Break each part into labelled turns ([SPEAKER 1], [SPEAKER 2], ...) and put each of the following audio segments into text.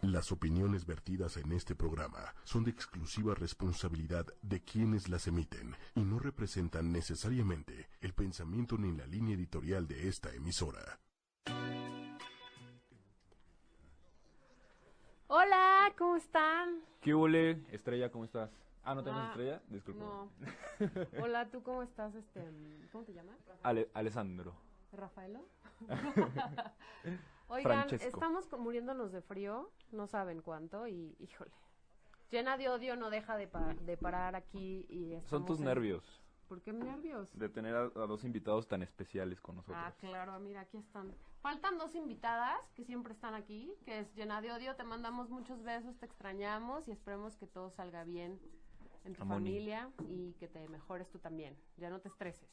[SPEAKER 1] Las opiniones vertidas en este programa son de exclusiva responsabilidad de quienes las emiten y no representan necesariamente el pensamiento ni la línea editorial de esta emisora.
[SPEAKER 2] Hola, ¿cómo están?
[SPEAKER 3] ¿Qué huele? Estrella, ¿cómo estás? Ah, ¿no tenemos
[SPEAKER 2] Ah,
[SPEAKER 3] estrella? Disculpa.
[SPEAKER 2] No. Hola, ¿tú cómo estás? Este, ¿Cómo te llamas?
[SPEAKER 3] Ale- Alessandro.
[SPEAKER 2] ¿Rafaelo? Oigan,
[SPEAKER 3] Francesco.
[SPEAKER 2] estamos co- muriéndonos de frío, no saben cuánto, y híjole. Llena de odio no deja de, pa- de parar aquí y
[SPEAKER 3] Son
[SPEAKER 2] estamos
[SPEAKER 3] tus
[SPEAKER 2] en-
[SPEAKER 3] nervios
[SPEAKER 2] ¿Por qué nervios?
[SPEAKER 3] de tener a, a dos invitados tan especiales con nosotros.
[SPEAKER 2] Ah, claro, mira, aquí están. Faltan dos invitadas que siempre están aquí, que es Llena de Odio. Te mandamos muchos besos, te extrañamos y esperemos que todo salga bien en tu
[SPEAKER 3] Amoni.
[SPEAKER 2] familia y que te mejores tú también. Ya no te estreses.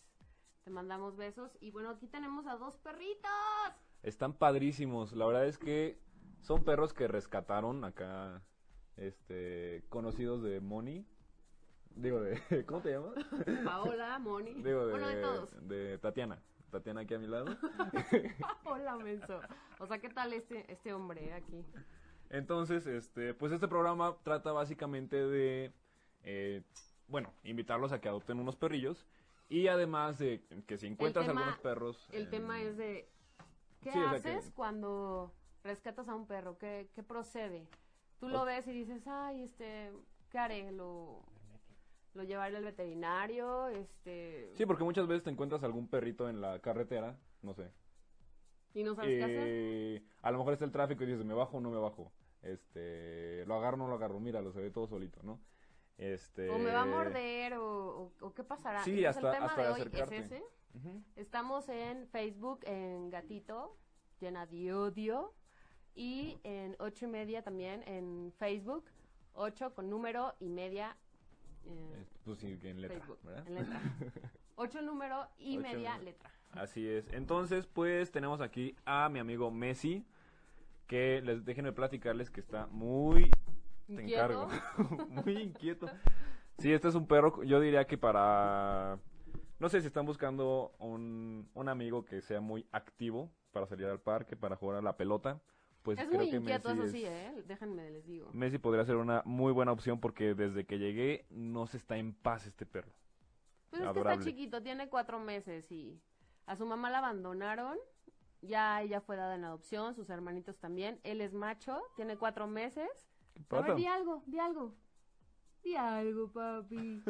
[SPEAKER 2] Te mandamos besos. Y bueno, aquí tenemos a dos perritos.
[SPEAKER 3] Están padrísimos. La verdad es que son perros que rescataron acá, este, conocidos de Moni. Digo, de, ¿cómo te llamas?
[SPEAKER 2] Paola, Moni.
[SPEAKER 3] Digo, de,
[SPEAKER 2] bueno, de todos.
[SPEAKER 3] de Tatiana. Tatiana aquí a mi lado.
[SPEAKER 2] Hola, menso. O sea, ¿qué tal este, este hombre aquí?
[SPEAKER 3] Entonces, este, pues este programa trata básicamente de, eh, bueno, invitarlos a que adopten unos perrillos y además de que si encuentras
[SPEAKER 2] tema-
[SPEAKER 3] algunos perros.
[SPEAKER 2] El
[SPEAKER 3] eh,
[SPEAKER 2] tema es de ¿qué
[SPEAKER 3] Sí, o sea
[SPEAKER 2] haces
[SPEAKER 3] que-
[SPEAKER 2] cuando rescatas a un perro? ¿Qué, qué procede? Tú
[SPEAKER 3] O-
[SPEAKER 2] lo ves y dices, ay, este, ¿qué haré? ¿Lo, lo llevaré al veterinario? Este,
[SPEAKER 3] Sí, porque muchas veces te encuentras algún perrito en la carretera, no sé.
[SPEAKER 2] y no sabes qué hacer.
[SPEAKER 3] eh, a lo mejor está el tráfico y dices, ¿me bajo o no me bajo? Este, lo agarro o no lo agarro, mira, lo se ve todo solito, ¿no? Este...
[SPEAKER 2] O me va a morder, o, o- o qué pasará.
[SPEAKER 3] Sí,
[SPEAKER 2] Entonces,
[SPEAKER 3] hasta-
[SPEAKER 2] el tema
[SPEAKER 3] hasta
[SPEAKER 2] de
[SPEAKER 3] acercarte.
[SPEAKER 2] hoy es ese.
[SPEAKER 3] Ujú.
[SPEAKER 2] Estamos en Facebook, en Gatito, llena de odio. Y en ocho y media también en Facebook, ocho con número y media. eh,
[SPEAKER 3] Eh, Pues sí, que en letra,
[SPEAKER 2] Facebook,
[SPEAKER 3] ¿verdad?
[SPEAKER 2] en letra. Ocho número y
[SPEAKER 3] Ocho
[SPEAKER 2] media
[SPEAKER 3] número.
[SPEAKER 2] letra.
[SPEAKER 3] Así es. Entonces, pues tenemos aquí a mi amigo Messi, que les déjenme platicarles que está muy te
[SPEAKER 2] Inquieto.
[SPEAKER 3] encargo, Pues muy inquieto. Sí, este es un perro, yo diría que para no sé si están buscando un, un amigo que sea muy activo para salir al parque, para jugar a la pelota, pues
[SPEAKER 2] es
[SPEAKER 3] creo
[SPEAKER 2] muy
[SPEAKER 3] que
[SPEAKER 2] inquieto,
[SPEAKER 3] Messi
[SPEAKER 2] eso
[SPEAKER 3] es-
[SPEAKER 2] sí, ¿eh? Déjenme, les digo.
[SPEAKER 3] Messi podría ser una muy buena opción porque desde que llegué no se está en paz este perro.
[SPEAKER 2] Pues es que está
[SPEAKER 3] adorable.
[SPEAKER 2] chiquito, tiene cuatro meses y a su mamá la abandonaron. Ya ella fue dada en adopción, sus hermanitos también. Él es macho, tiene cuatro meses. A ver,
[SPEAKER 3] pasa?
[SPEAKER 2] di algo, di algo. Di algo, papi.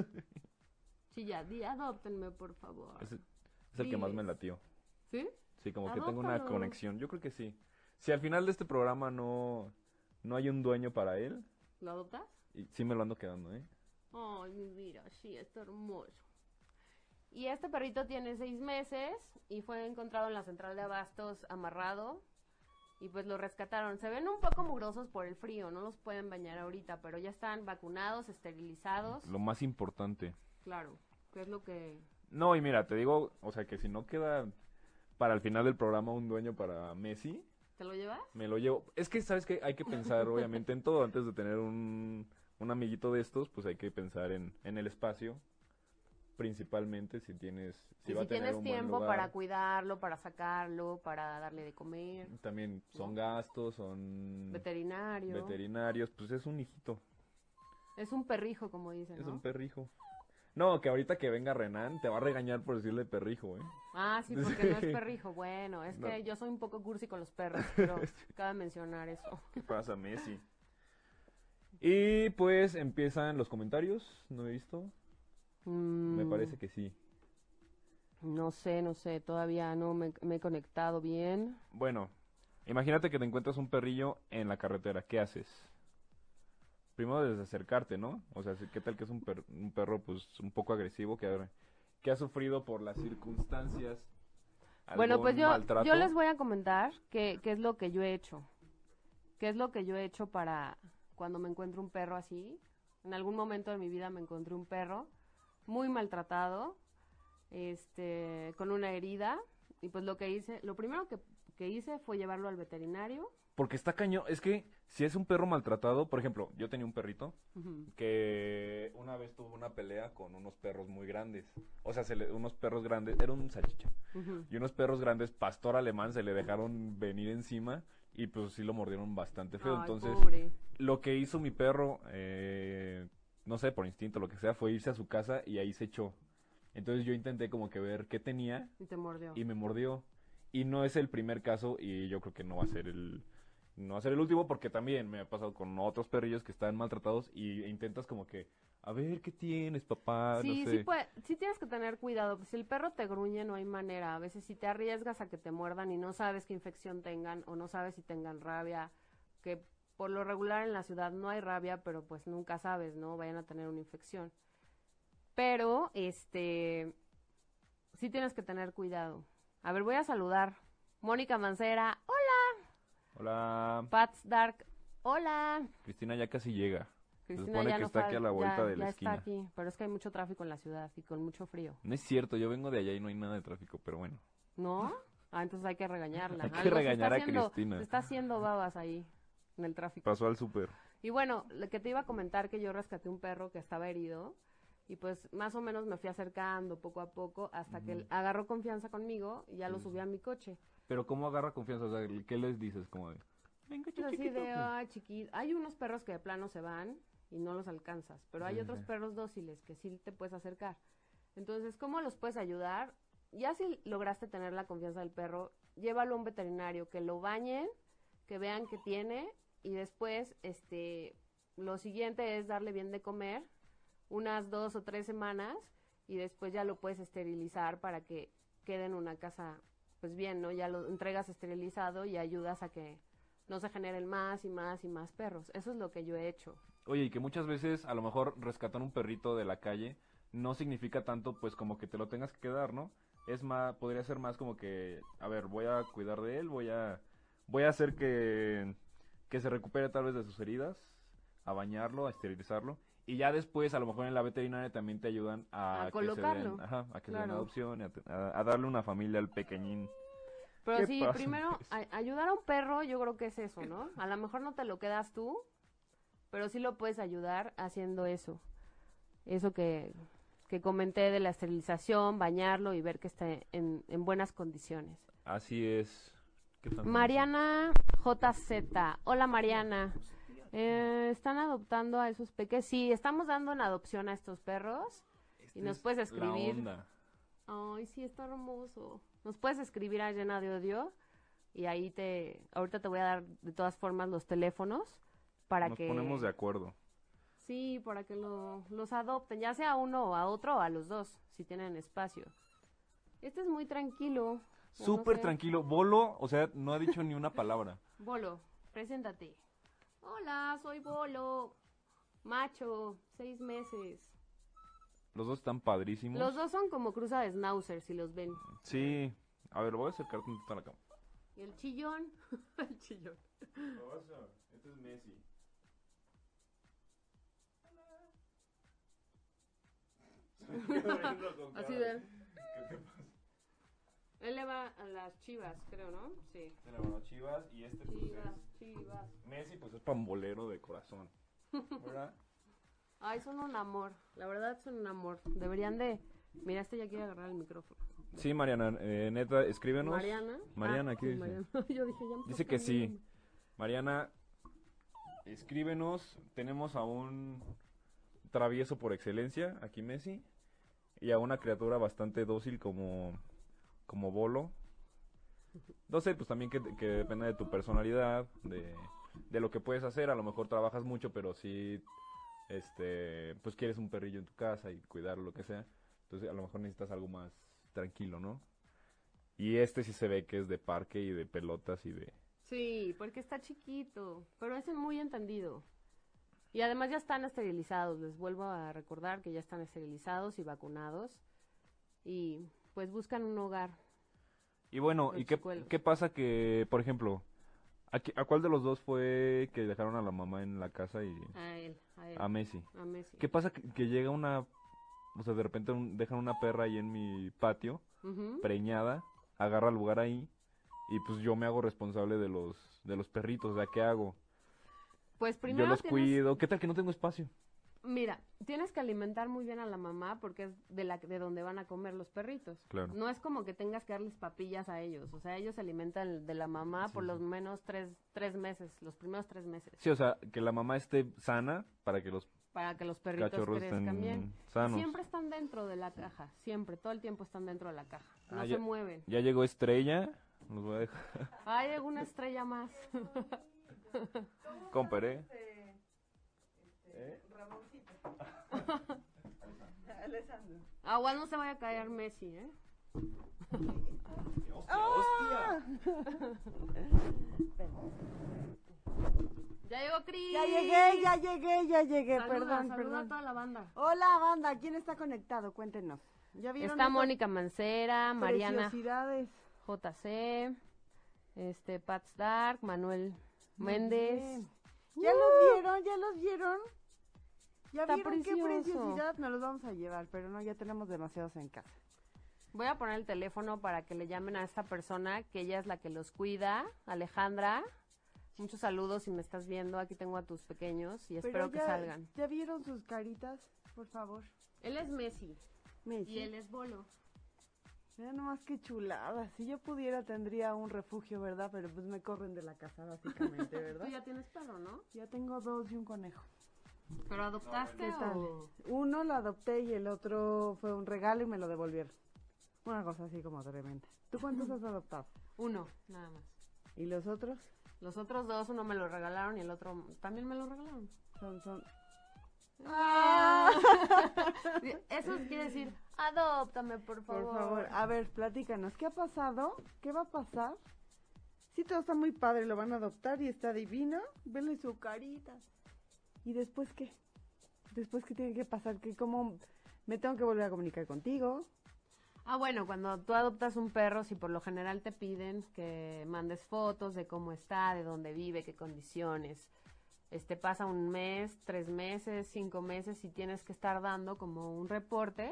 [SPEAKER 2] sí, ya, di, adóptenme, por favor.
[SPEAKER 3] Es, es el que más me
[SPEAKER 2] Diles.
[SPEAKER 3] latió.
[SPEAKER 2] ¿Sí?
[SPEAKER 3] Sí, como
[SPEAKER 2] Ah,
[SPEAKER 3] que tengo una
[SPEAKER 2] Adóptalo.
[SPEAKER 3] conexión. Yo creo que sí. Si al final de este programa no, no hay un dueño para él,
[SPEAKER 2] ¿Lo adoptas?
[SPEAKER 3] y sí me lo ando quedando, ¿eh?
[SPEAKER 2] Ay, mi vida, sí, está hermoso. Y este perrito tiene seis meses y fue encontrado en la central de abastos amarrado y pues lo rescataron. Se ven un poco mugrosos por el frío, no los pueden bañar ahorita, pero ya están vacunados, esterilizados.
[SPEAKER 3] Lo más importante.
[SPEAKER 2] Claro, que es lo que...
[SPEAKER 3] No, y mira, te digo, o sea, que si no queda para el final del programa un dueño para Messi,
[SPEAKER 2] ¿Te lo llevas?
[SPEAKER 3] me lo llevo. Es que, ¿sabes que Hay que pensar, obviamente, en todo. Antes de tener un, un amiguito de estos, pues hay que pensar en, en el espacio. Principalmente si tienes... Si
[SPEAKER 2] y
[SPEAKER 3] va
[SPEAKER 2] si
[SPEAKER 3] a tener
[SPEAKER 2] tienes
[SPEAKER 3] un buen
[SPEAKER 2] tiempo
[SPEAKER 3] lugar.
[SPEAKER 2] para cuidarlo, para sacarlo, para darle de comer,
[SPEAKER 3] También son gastos, son...
[SPEAKER 2] veterinario.
[SPEAKER 3] veterinarios, pues es un hijito,
[SPEAKER 2] es un perrijo, como dicen,
[SPEAKER 3] es
[SPEAKER 2] ¿no?
[SPEAKER 3] un perrijo. No, que ahorita que venga Renan te va a regañar por decirle perrijo, ¿eh?
[SPEAKER 2] Ah, sí, porque no es
[SPEAKER 3] Sí.
[SPEAKER 2] perrijo. Bueno, es
[SPEAKER 3] No.
[SPEAKER 2] que yo soy un poco cursi con los perros, pero cabe mencionar eso.
[SPEAKER 3] ¿Qué pasa, Messi? Y pues empiezan los comentarios, no he visto, me
[SPEAKER 2] Mm,
[SPEAKER 3] parece que sí.
[SPEAKER 2] No sé, no sé, todavía no me, me he conectado bien.
[SPEAKER 3] Bueno, imagínate que te encuentras un perrillo en la carretera, ¿qué haces? Primero desacercarte, ¿no? O sea, si- ¿qué tal que es un, per- un perro pues un poco agresivo que, ha- que ha sufrido por las circunstancias?
[SPEAKER 2] Bueno,
[SPEAKER 3] algún
[SPEAKER 2] pues yo,
[SPEAKER 3] maltrato?
[SPEAKER 2] yo les voy a comentar qué, qué es lo que yo he hecho. ¿Qué es lo que yo he hecho para cuando me encuentro un perro así? En algún momento de mi vida me encontré un perro muy maltratado, este, con una herida. Y pues lo que hice, lo primero que, que hice fue llevarlo al veterinario.
[SPEAKER 3] Porque está cañón. Es que si es un perro maltratado, por ejemplo, yo tenía un perrito
[SPEAKER 2] Ujú.
[SPEAKER 3] que una vez tuvo una pelea con unos perros muy grandes. O sea, se le- unos perros grandes, era un salchicha.
[SPEAKER 2] Ujú.
[SPEAKER 3] Y unos perros grandes, pastor alemán, se le dejaron venir encima Y pues sí lo mordieron bastante feo.
[SPEAKER 2] Ay,
[SPEAKER 3] Entonces,
[SPEAKER 2] pobre.
[SPEAKER 3] lo que hizo mi perro, eh, no sé, por instinto, lo que sea, fue irse a su casa y ahí se echó. Entonces yo intenté como que ver qué tenía
[SPEAKER 2] Y te mordió.
[SPEAKER 3] y me mordió. Y no es el primer caso y yo creo que no va a ser el no va a ser el último porque también me ha pasado con otros perrillos que están maltratados y e intentas como que a ver qué tienes, papá,
[SPEAKER 2] sí,
[SPEAKER 3] no
[SPEAKER 2] sí,
[SPEAKER 3] sé.
[SPEAKER 2] puede- sí tienes que tener cuidado. pues, si el perro te gruñe, no hay manera. A veces si te arriesgas a que te muerdan y no sabes qué infección tengan o no sabes si tengan rabia, que por lo regular en la ciudad no hay rabia, pero pues nunca sabes, ¿no? Vayan a tener una infección. Pero, este, sí tienes que tener cuidado. A ver, voy a saludar. Mónica Mancera, hola.
[SPEAKER 3] Hola,
[SPEAKER 2] Pats Dark, hola.
[SPEAKER 3] Cristina ya casi llega.
[SPEAKER 2] Cristina
[SPEAKER 3] supone
[SPEAKER 2] ya
[SPEAKER 3] que
[SPEAKER 2] no
[SPEAKER 3] está
[SPEAKER 2] fal-
[SPEAKER 3] aquí a la vuelta
[SPEAKER 2] ya-
[SPEAKER 3] de la
[SPEAKER 2] ya
[SPEAKER 3] esquina.
[SPEAKER 2] está aquí, pero es que hay mucho tráfico en la ciudad y con mucho frío.
[SPEAKER 3] No es cierto, yo vengo de allá y no hay nada de tráfico, pero bueno.
[SPEAKER 2] ¿No? Ah, entonces hay que regañarla.
[SPEAKER 3] Hay que
[SPEAKER 2] Algo se
[SPEAKER 3] regañar
[SPEAKER 2] está
[SPEAKER 3] a
[SPEAKER 2] haciendo-
[SPEAKER 3] Cristina.
[SPEAKER 2] se está haciendo babas ahí, en el tráfico.
[SPEAKER 3] Pasó al súper.
[SPEAKER 2] Y bueno, lo que te iba a comentar que yo rescaté un perro que estaba herido. Y pues más o menos me fui acercando poco a poco hasta que él agarró confianza conmigo y ya lo subí a mi coche.
[SPEAKER 3] Pero ¿cómo agarra confianza? O sea, ¿qué les dices? Como de, venga,
[SPEAKER 2] Yo
[SPEAKER 3] yo
[SPEAKER 2] Pues así
[SPEAKER 3] chiquito.
[SPEAKER 2] de, "Oh, "Ay, chiquito". Hay unos perros que de plano se van y no los alcanzas, pero hay
[SPEAKER 3] Sí,
[SPEAKER 2] otros
[SPEAKER 3] sí.
[SPEAKER 2] perros dóciles que sí te puedes acercar. Entonces, ¿cómo los puedes ayudar? Ya si lograste tener la confianza del perro, llévalo a un veterinario, que lo bañen, que vean qué tiene y después, este, lo siguiente es darle bien de comer unas dos o tres semanas y después ya lo puedes esterilizar para que quede en una casa, pues bien, ¿no? Ya lo entregas esterilizado y ayudas a que no se generen más y más y más perros. Eso es lo que yo he hecho.
[SPEAKER 3] Oye, y que muchas veces a lo mejor rescatar un perrito de la calle no significa tanto pues como que te lo tengas que quedar, ¿no? Es más, podría ser más como que, a ver, voy a cuidar de él, voy a, voy a hacer que, que se recupere tal vez de sus heridas, a bañarlo, a esterilizarlo, y ya después a lo mejor en la veterinaria también te ayudan a,
[SPEAKER 2] A
[SPEAKER 3] que se den-
[SPEAKER 2] colocarlo.
[SPEAKER 3] ajá, a que se den
[SPEAKER 2] Claro.
[SPEAKER 3] adopción, y a, te- a- a darle una familia al pequeñín.
[SPEAKER 2] Pero
[SPEAKER 3] ¿Qué
[SPEAKER 2] sí,
[SPEAKER 3] pasa,
[SPEAKER 2] primero,
[SPEAKER 3] pues?
[SPEAKER 2] a- ayudar a un perro yo creo que es eso, ¿no? A lo mejor no te lo quedas tú, pero sí lo puedes ayudar haciendo eso. Eso que, que comenté de la esterilización, bañarlo y ver que esté en, en buenas condiciones.
[SPEAKER 3] Así es. ¿Qué tan-
[SPEAKER 2] Mariana JZ. Hola Mariana. Eh, ¿Están adoptando a esos peques? Sí, estamos dando en adopción a estos perros.
[SPEAKER 3] Esta
[SPEAKER 2] nos
[SPEAKER 3] Este es
[SPEAKER 2] puedes
[SPEAKER 3] la
[SPEAKER 2] escribir.
[SPEAKER 3] onda.
[SPEAKER 2] Ay, sí, está hermoso. Nos puedes escribir a Llena de Odio y ahí te... Ahorita te voy a dar de todas formas los teléfonos para
[SPEAKER 3] Nos
[SPEAKER 2] que...
[SPEAKER 3] ponemos de acuerdo.
[SPEAKER 2] Sí, para que lo- los adopten, ya sea a uno o a otro o a los dos, si tienen espacio. Este es muy tranquilo. o no
[SPEAKER 3] Súper
[SPEAKER 2] sé.
[SPEAKER 3] tranquilo. Bolo, o sea, no ha dicho ni una palabra.
[SPEAKER 2] Bolo, preséntate. Hola, soy Bolo. Macho, seis meses.
[SPEAKER 3] Los dos están padrísimos.
[SPEAKER 2] Los dos son como cruza de schnauzer, si los ven.
[SPEAKER 3] Sí. A ver, voy a acercar tantito a la cámara.
[SPEAKER 2] Y el chillón. el chillón.
[SPEAKER 3] Este es Messi.
[SPEAKER 2] Así de. Él le va a las chivas, creo, ¿no? Sí.
[SPEAKER 3] Chivas y este pues,
[SPEAKER 2] Chivas,
[SPEAKER 3] es...
[SPEAKER 2] chivas.
[SPEAKER 3] Messi pues es pambolero de corazón. ¿Verdad?
[SPEAKER 2] Ay, son un amor. La verdad son un amor. Deberían de. Mira, este ya quiere agarrar el micrófono.
[SPEAKER 3] Sí, Mariana, eh, neta, escríbenos.
[SPEAKER 2] Mariana.
[SPEAKER 3] Mariana,
[SPEAKER 2] Ah,
[SPEAKER 3] ¿qué
[SPEAKER 2] sí,
[SPEAKER 3] dice?
[SPEAKER 2] Mariana. Yo dije, ya me
[SPEAKER 3] Dice
[SPEAKER 2] está
[SPEAKER 3] que sí.
[SPEAKER 2] poniendo.
[SPEAKER 3] Mariana, escríbenos. Tenemos a un travieso por excelencia, aquí Messi, y a una criatura bastante dócil como, como Bolo. No sé, pues también que, que depende de tu personalidad, de, de lo que puedes hacer. A lo mejor trabajas mucho, pero sí, este, pues quieres un perrillo en tu casa y cuidarlo, lo que sea. Entonces a lo mejor necesitas algo más tranquilo, ¿no? Y este sí se ve que es de parque y de pelotas y de...
[SPEAKER 2] Sí, porque está chiquito. Pero es muy entendido. Y además ya están esterilizados. Les vuelvo a recordar que ya están esterilizados y vacunados. Y pues buscan un hogar.
[SPEAKER 3] Y bueno,
[SPEAKER 2] Los
[SPEAKER 3] ¿y qué,
[SPEAKER 2] chicuelos.
[SPEAKER 3] qué pasa que, por ejemplo, ¿a, qui- a cuál de los dos fue que dejaron a la mamá en la casa y
[SPEAKER 2] A él, a él.
[SPEAKER 3] a Messi?
[SPEAKER 2] a Messi.
[SPEAKER 3] ¿Qué pasa que, que llega una, o sea, de repente un- dejan una perra ahí en mi patio,
[SPEAKER 2] Ujú.
[SPEAKER 3] preñada, agarra el lugar ahí y pues yo me hago responsable de los, de los perritos, o sea, ¿qué hago?
[SPEAKER 2] Pues
[SPEAKER 3] yo
[SPEAKER 2] primero
[SPEAKER 3] los
[SPEAKER 2] tienes-
[SPEAKER 3] cuido, ¿qué tal que no tengo espacio?
[SPEAKER 2] Mira, tienes que alimentar muy bien a la mamá porque es de, la, de donde van a comer los perritos.
[SPEAKER 3] Claro.
[SPEAKER 2] No es como que tengas que darles papillas a ellos. O sea, ellos se alimentan de la mamá
[SPEAKER 3] Sí,
[SPEAKER 2] por
[SPEAKER 3] sí.
[SPEAKER 2] los menos tres, tres meses, los primeros tres meses,
[SPEAKER 3] Sí, o sea, que la mamá esté sana para que los
[SPEAKER 2] para que los perritos
[SPEAKER 3] cachorros
[SPEAKER 2] crezcan
[SPEAKER 3] estén
[SPEAKER 2] bien.
[SPEAKER 3] sanos.
[SPEAKER 2] Siempre están dentro de la caja, siempre, todo el tiempo están dentro de la caja. No
[SPEAKER 3] Ah,
[SPEAKER 2] se
[SPEAKER 3] ya.
[SPEAKER 2] mueven.
[SPEAKER 3] Ya llegó Estrella, los voy a dejar.
[SPEAKER 2] Hay alguna estrella más.
[SPEAKER 3] Comparé.
[SPEAKER 4] Alessandro.
[SPEAKER 2] Agua Ah, no se vaya a caer Messi, ¿eh? Ya llegó Cris.
[SPEAKER 4] Ya llegué, ya llegué, ya llegué,
[SPEAKER 2] Saluda,
[SPEAKER 4] perdón,
[SPEAKER 2] saluda a
[SPEAKER 4] perdón.
[SPEAKER 2] toda la banda.
[SPEAKER 4] Hola, banda, ¿quién está conectado? Cuéntenos. ¿Ya vieron
[SPEAKER 2] Está
[SPEAKER 4] esas
[SPEAKER 2] Mónica Mancera, Mariana
[SPEAKER 4] preciosidades?
[SPEAKER 2] JC, este, Pats Dark, Manuel Méndez.
[SPEAKER 4] bien. ¿Ya los vieron? ¿Ya los vieron? ¿Ya
[SPEAKER 2] Uh. Está
[SPEAKER 4] vieron
[SPEAKER 2] precioso.
[SPEAKER 4] qué preciosidad? Nos los vamos a llevar, pero no, ya tenemos demasiados en casa.
[SPEAKER 2] Voy a poner el teléfono para que le llamen a esta persona, que ella es la que los cuida, Alejandra. Muchos saludos si me estás viendo. Aquí tengo a tus pequeños y
[SPEAKER 4] Pero
[SPEAKER 2] espero que
[SPEAKER 4] ya-
[SPEAKER 2] salgan.
[SPEAKER 4] ¿Ya vieron sus caritas? Por favor.
[SPEAKER 2] Él es Messi
[SPEAKER 4] Messi.
[SPEAKER 2] es Bolo.
[SPEAKER 4] Mira nomás qué chulada. Si yo pudiera tendría un refugio, ¿verdad? Pero pues me corren de la casa básicamente,
[SPEAKER 2] Tú
[SPEAKER 4] ¿verdad?
[SPEAKER 2] ya tienes perro, ¿no?
[SPEAKER 4] ya tengo dos y un conejo.
[SPEAKER 2] Pero adoptaste
[SPEAKER 4] ¿Qué tal? Uno lo adopté y el otro fue un regalo y me lo devolvieron. Una cosa así como tremenda. ¿Tú cuántos has adoptado?
[SPEAKER 2] Uno, nada más.
[SPEAKER 4] ¿Y los otros?
[SPEAKER 2] Los otros dos, uno me lo regalaron y el otro también me lo regalaron.
[SPEAKER 4] Son, son...
[SPEAKER 2] Ah. Eso quiere decir, adóptame, por
[SPEAKER 4] Por
[SPEAKER 2] favor.
[SPEAKER 4] favor, a ver, platícanos. ¿Qué ha pasado? ¿Qué va a pasar? Sí, todo está muy padre, lo van a adoptar y está divino. Vele su carita. ¿Y después qué? ¿Después qué tiene que pasar? ¿Qué, ¿Cómo me tengo que volver a comunicar contigo?
[SPEAKER 2] Ah, bueno, cuando tú adoptas un perro, si por lo general te piden que mandes fotos de cómo está, de dónde vive, qué condiciones. Este pasa un mes, tres meses, cinco meses y tienes que estar dando como un reporte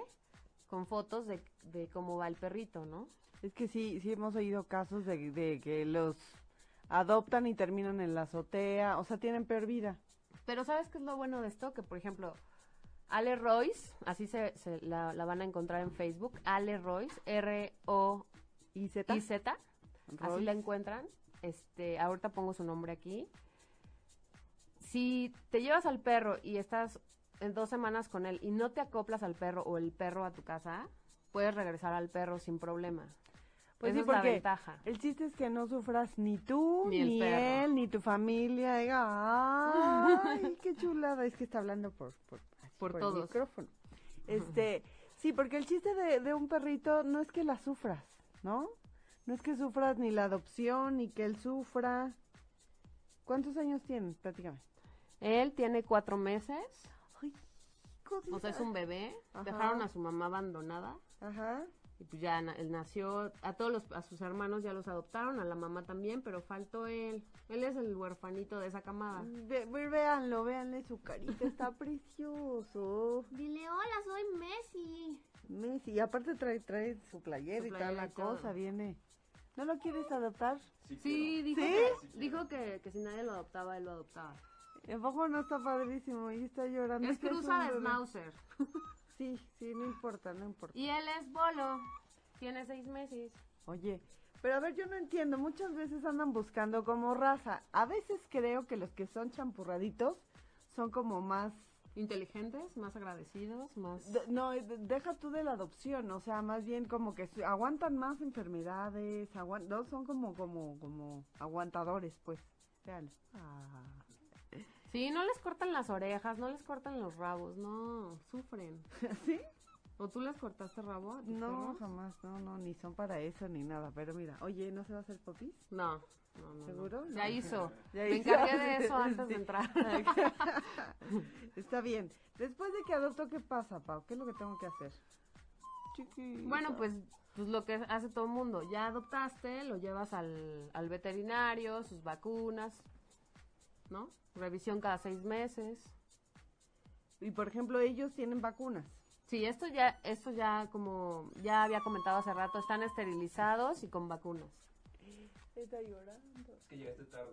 [SPEAKER 2] con fotos de, de cómo va el perrito, ¿no?
[SPEAKER 4] Es que sí, sí hemos oído casos de, de que los adoptan y terminan en la azotea, o sea, tienen peor vida.
[SPEAKER 2] Pero ¿sabes qué es lo bueno de esto? Que, por ejemplo, Ale Royce, así se, se la, la van a encontrar en Facebook, Ale Royce, R-O-I-Z,
[SPEAKER 4] ¿Y Z?
[SPEAKER 2] así la encuentran. Este, ahorita pongo su nombre aquí. Si te llevas al perro y estás en dos semanas con él y no te acoplas al perro o el perro a tu casa, puedes regresar al perro sin problema.
[SPEAKER 4] Pues
[SPEAKER 2] Esa
[SPEAKER 4] sí,
[SPEAKER 2] es la
[SPEAKER 4] porque
[SPEAKER 2] ventaja.
[SPEAKER 4] El chiste es que no sufras ni tú,
[SPEAKER 2] Ni el
[SPEAKER 4] ni
[SPEAKER 2] perro.
[SPEAKER 4] él, ni tu familia. Diga, ay, qué chulada. Es que está hablando por, por, así,
[SPEAKER 2] Por
[SPEAKER 4] el
[SPEAKER 2] todos.
[SPEAKER 4] micrófono. Este, sí, porque el chiste de, de un perrito no es que la sufras, ¿no? No es que sufras ni la adopción, ni que él sufra. ¿Cuántos años tienen? Platícame.
[SPEAKER 2] Él tiene cuatro meses, o sea, es un bebé.
[SPEAKER 4] Ajá.
[SPEAKER 2] Dejaron a su mamá abandonada.
[SPEAKER 4] Ajá.
[SPEAKER 2] Y pues ya na- él nació, a todos los, a sus hermanos ya los adoptaron, a la mamá también, pero faltó él. Él es el huerfanito de esa camada.
[SPEAKER 4] Ve- ve- véanlo, véanle su carita, está precioso.
[SPEAKER 2] Dile, hola, soy Messi.
[SPEAKER 4] Messi, y aparte trae, trae su playera
[SPEAKER 2] Su
[SPEAKER 4] y toda
[SPEAKER 2] playera
[SPEAKER 4] la
[SPEAKER 2] y todo.
[SPEAKER 4] cosa, viene. ¿No lo quieres adoptar?
[SPEAKER 2] Sí, dijo,
[SPEAKER 4] ¿Sí?
[SPEAKER 2] Que, dijo que, que si nadie lo adoptaba, él lo adoptaba.
[SPEAKER 4] ¿En poco no está padrísimo? Y está llorando.
[SPEAKER 2] es
[SPEAKER 4] que
[SPEAKER 2] cruza
[SPEAKER 4] un
[SPEAKER 2] de
[SPEAKER 4] bebé.
[SPEAKER 2] Schnauzer.
[SPEAKER 4] Sí, sí, no importa, no importa.
[SPEAKER 2] Y él es Bolo, tiene seis meses.
[SPEAKER 4] Oye, pero a ver, yo no entiendo. Muchas veces andan buscando como raza. A veces creo que los que son champurraditos son como más...
[SPEAKER 2] Inteligentes, más agradecidos, más...
[SPEAKER 4] de- no, eh, de- deja tú de la adopción, o sea, más bien como que su- aguantan más enfermedades, aguan- no, son como, como, como aguantadores, pues. Vean. Ah.
[SPEAKER 2] Sí, no les cortan las orejas, no les cortan los rabos, no, sufren.
[SPEAKER 4] ¿Sí?
[SPEAKER 2] ¿O tú les cortaste rabo? a tus
[SPEAKER 4] No,
[SPEAKER 2] perros?
[SPEAKER 4] jamás, no, no, ni son para eso ni nada. Pero mira, oye, ¿no se va a hacer popis?
[SPEAKER 2] No, no, no.
[SPEAKER 4] ¿Seguro?
[SPEAKER 2] Ya
[SPEAKER 4] No.
[SPEAKER 2] hizo.
[SPEAKER 4] Ya
[SPEAKER 2] Me
[SPEAKER 4] hizo.
[SPEAKER 2] encargué de eso antes de
[SPEAKER 4] Sí.
[SPEAKER 2] entrar.
[SPEAKER 4] Está bien. Después de que adopto, ¿qué pasa, Pau? ¿Qué es lo que tengo que hacer?
[SPEAKER 2] bueno, pues, pues lo que hace todo el mundo. Ya adoptaste, lo llevas al, al veterinario, sus vacunas, ¿no? Revisión cada seis meses.
[SPEAKER 4] Y por ejemplo, ellos tienen vacunas.
[SPEAKER 2] Sí, esto ya, esto ya como ya había comentado hace rato, están esterilizados y con vacunas.
[SPEAKER 4] Está llorando.
[SPEAKER 5] Es que llegaste tarde.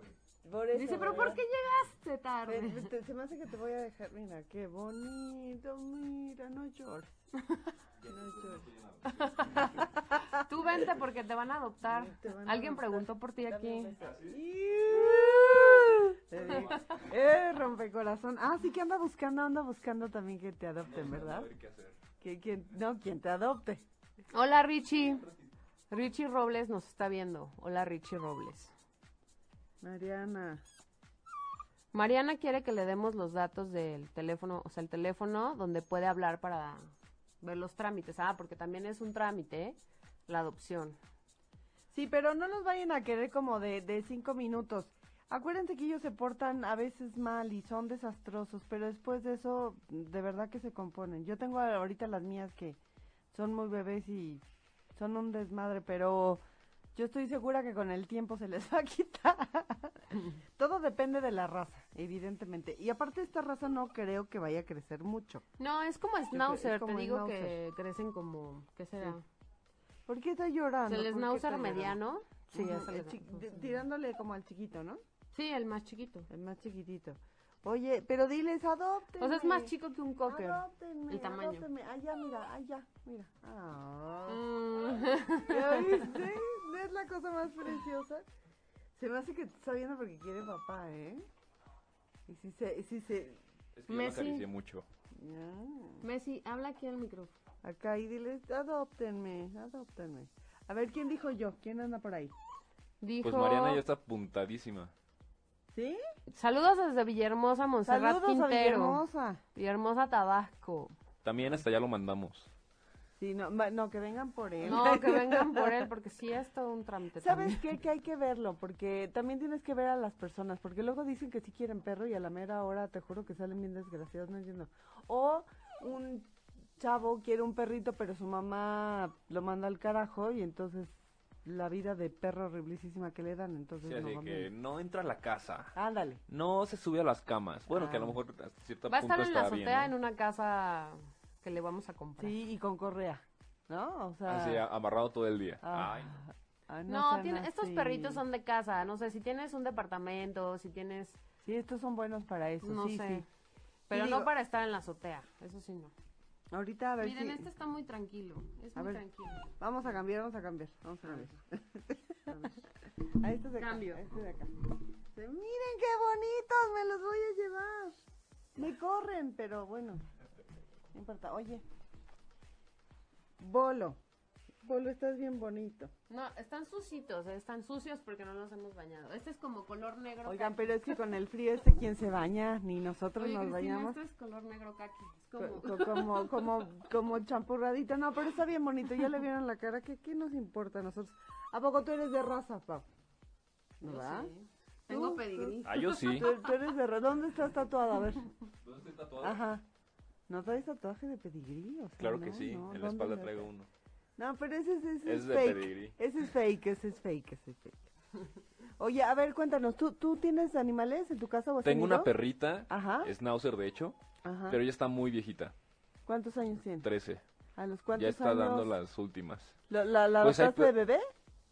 [SPEAKER 4] Por eso,
[SPEAKER 2] Dice, pero ¿por
[SPEAKER 4] ¿verdad?
[SPEAKER 2] qué llegaste
[SPEAKER 4] Ven,
[SPEAKER 2] tarde?
[SPEAKER 4] ven, Eh, pues, te- se me hace que te voy a dejar. Mira, qué bonito. Mira, no llores. No llores.
[SPEAKER 2] Tú vente porque te van a adoptar.
[SPEAKER 4] Sí, te van a
[SPEAKER 2] Alguien
[SPEAKER 4] adoptar.
[SPEAKER 2] preguntó por ti
[SPEAKER 4] Dame un
[SPEAKER 2] aquí.
[SPEAKER 4] beso. Iuuu. Te digo. Eh, rompecorazón. Ah, sí que anda buscando, anda buscando también que te adopten, ¿verdad? Que quien, no, quien te adopte.
[SPEAKER 2] Hola Richie. Richie Robles nos está viendo. Hola Richie Robles.
[SPEAKER 4] Mariana.
[SPEAKER 2] Mariana quiere que le demos los datos del teléfono, o sea, el teléfono donde puede hablar para ver los trámites. Ah, porque también es un trámite, ¿eh? la adopción.
[SPEAKER 4] Sí, pero no nos vayan a querer como de, de cinco minutos. Acuérdense que ellos se portan a veces mal y son desastrosos, pero después de eso, de verdad que se componen. Yo tengo ahorita las mías que son muy bebés y son un desmadre, pero yo estoy segura que con el tiempo se les va a quitar. Todo depende de la raza, evidentemente. Y aparte esta raza no creo que vaya a crecer mucho.
[SPEAKER 2] No, es como
[SPEAKER 4] que-
[SPEAKER 2] schnauzer,
[SPEAKER 4] es como
[SPEAKER 2] te digo que
[SPEAKER 4] schnauzer.
[SPEAKER 2] crecen como, ¿qué será?
[SPEAKER 4] ¿Por qué está llorando?
[SPEAKER 2] ¿Se les
[SPEAKER 4] ¿Por qué
[SPEAKER 2] schnauzer
[SPEAKER 4] está llorando?
[SPEAKER 2] mediano? Sí,
[SPEAKER 4] Ujú,
[SPEAKER 2] ya se
[SPEAKER 4] el
[SPEAKER 2] les
[SPEAKER 4] chi-
[SPEAKER 2] da-
[SPEAKER 4] de- tirándole como al chiquito, ¿no?
[SPEAKER 2] Sí, el más chiquito.
[SPEAKER 4] El más chiquitito. Oye, pero diles, adopten.
[SPEAKER 2] O sea, es más chico que un cocker.
[SPEAKER 4] Ah, Adóptenme,
[SPEAKER 2] el tamaño.
[SPEAKER 4] adóptenme. Allá, mira, allá, mira. Ah.
[SPEAKER 2] Mm.
[SPEAKER 4] ¿Ya viste? ¿No es la cosa más preciosa? Se me hace que te está viendo porque quiere papá, ¿eh? Y si se... Y si se...
[SPEAKER 3] Es que yo lo
[SPEAKER 2] Messi.
[SPEAKER 3] acaricié mucho.
[SPEAKER 4] Ah.
[SPEAKER 2] Messi, habla aquí al micrófono.
[SPEAKER 4] Acá y diles, adóptenme, adóptenme. A ver, ¿quién dijo yo? ¿Quién anda por ahí?
[SPEAKER 2] Dijo,
[SPEAKER 3] Pues Mariana ya está apuntadísima.
[SPEAKER 4] ¿Sí?
[SPEAKER 2] saludos desde Villahermosa, Monserrat
[SPEAKER 4] Saludos a
[SPEAKER 2] Quintero.
[SPEAKER 4] Villahermosa.
[SPEAKER 2] Villahermosa, Tabasco.
[SPEAKER 3] También hasta allá lo mandamos.
[SPEAKER 4] Sí, no, ma- no, que vengan por él.
[SPEAKER 2] No, que vengan por él, porque sí es todo un trámite.
[SPEAKER 4] ¿Sabes
[SPEAKER 2] también.
[SPEAKER 4] qué? Que hay que verlo, porque también tienes que ver a las personas, porque luego dicen que sí quieren perro y a la mera hora te juro que salen bien desgraciados, no entiendo. O un chavo quiere un perrito, pero su mamá lo manda al carajo y entonces la vida de perro horriblísima que le dan, entonces
[SPEAKER 3] Sí,
[SPEAKER 4] no
[SPEAKER 3] así que
[SPEAKER 4] mames.
[SPEAKER 3] no entra a la casa.
[SPEAKER 4] Ándale.
[SPEAKER 3] No se sube a las camas. Bueno, que a lo
[SPEAKER 4] Ah.
[SPEAKER 3] mejor hasta cierto
[SPEAKER 2] Va a
[SPEAKER 3] punto
[SPEAKER 2] estar en la
[SPEAKER 3] está
[SPEAKER 2] azotea
[SPEAKER 3] bien.
[SPEAKER 2] en
[SPEAKER 3] ¿no?
[SPEAKER 2] una casa que le vamos a comprar.
[SPEAKER 4] Sí, y con correa, ¿no? O sea...
[SPEAKER 3] Así, a- amarrado todo el día.
[SPEAKER 4] ah,
[SPEAKER 3] Ay,
[SPEAKER 4] ah,
[SPEAKER 2] No,
[SPEAKER 4] sean
[SPEAKER 2] tiene- estos
[SPEAKER 4] así.
[SPEAKER 2] perritos son de casa. No sé, si tienes un departamento, si tienes,
[SPEAKER 4] Sí, estos son buenos para eso,
[SPEAKER 2] no
[SPEAKER 4] sí,
[SPEAKER 2] sé.
[SPEAKER 4] sí.
[SPEAKER 2] Pero
[SPEAKER 4] Y
[SPEAKER 2] no
[SPEAKER 4] digo-
[SPEAKER 2] para estar en la azotea. Eso sí, no.
[SPEAKER 4] Ahorita a ver
[SPEAKER 2] Miren,
[SPEAKER 4] si...
[SPEAKER 2] este está muy tranquilo. Es
[SPEAKER 4] A
[SPEAKER 2] muy
[SPEAKER 4] ver.
[SPEAKER 2] tranquilo.
[SPEAKER 4] Vamos a cambiar, vamos a cambiar, vamos a cambiar. A este de acá.
[SPEAKER 2] Cambio.
[SPEAKER 4] a este de acá. Se- Miren qué bonitos, me los voy a llevar. Me corren, pero bueno. No importa. Oye. Bolo. Bolo, estás bien bonito.
[SPEAKER 2] No, están sucitos, eh, están sucios porque no los hemos bañado. Este es como color negro.
[SPEAKER 4] Oigan,
[SPEAKER 2] caqui.
[SPEAKER 4] pero es que con el frío este quién se baña, ni nosotros
[SPEAKER 2] Oye,
[SPEAKER 4] nos
[SPEAKER 2] Cristina,
[SPEAKER 4] bañamos.
[SPEAKER 2] Este es color negro caqui. Es
[SPEAKER 4] Co-
[SPEAKER 2] como...
[SPEAKER 4] co- Como, como, como champurradita, no, pero está bien bonito, ya le vieron la cara, ¿qué, qué nos importa a nosotros? ¿A poco tú eres de raza, Pau? ¿No
[SPEAKER 2] Yo
[SPEAKER 4] va?
[SPEAKER 2] sí. Tengo
[SPEAKER 4] Tú,
[SPEAKER 2] pedigrí.
[SPEAKER 3] Ah, yo sí.
[SPEAKER 4] Tú, tú eres de ra- ¿Dónde estás tatuada? A ver.
[SPEAKER 3] ¿Dónde está todo?
[SPEAKER 4] Ajá. ¿No traes tatuaje de pedigrí? O sea,
[SPEAKER 3] Claro
[SPEAKER 4] no,
[SPEAKER 3] que sí.
[SPEAKER 4] no,
[SPEAKER 3] en la
[SPEAKER 4] ¿dónde
[SPEAKER 3] espalda
[SPEAKER 4] lo
[SPEAKER 3] traigo
[SPEAKER 4] traes?
[SPEAKER 3] uno.
[SPEAKER 4] No, pero ese, ese- ese
[SPEAKER 3] Es
[SPEAKER 4] es
[SPEAKER 3] de
[SPEAKER 4] fake.
[SPEAKER 3] pedigrí.
[SPEAKER 4] Ese es fake, ese es fake, ese es fake. Oye, a ver, cuéntanos, ¿tú, tú tienes animales en tu casa? o has
[SPEAKER 3] Tengo una
[SPEAKER 4] tenido?
[SPEAKER 3] perrita,
[SPEAKER 4] Ajá.
[SPEAKER 3] Schnauzer de hecho,
[SPEAKER 4] Ajá.
[SPEAKER 3] pero ella está muy viejita,
[SPEAKER 4] ¿Cuántos años tiene?
[SPEAKER 3] 13.
[SPEAKER 4] ¿A los cuántos
[SPEAKER 3] Ya está
[SPEAKER 4] años?
[SPEAKER 3] dando las últimas.
[SPEAKER 4] ¿La, la, la
[SPEAKER 3] Pues hay
[SPEAKER 4] adoptaste de
[SPEAKER 3] pe-
[SPEAKER 4] bebé?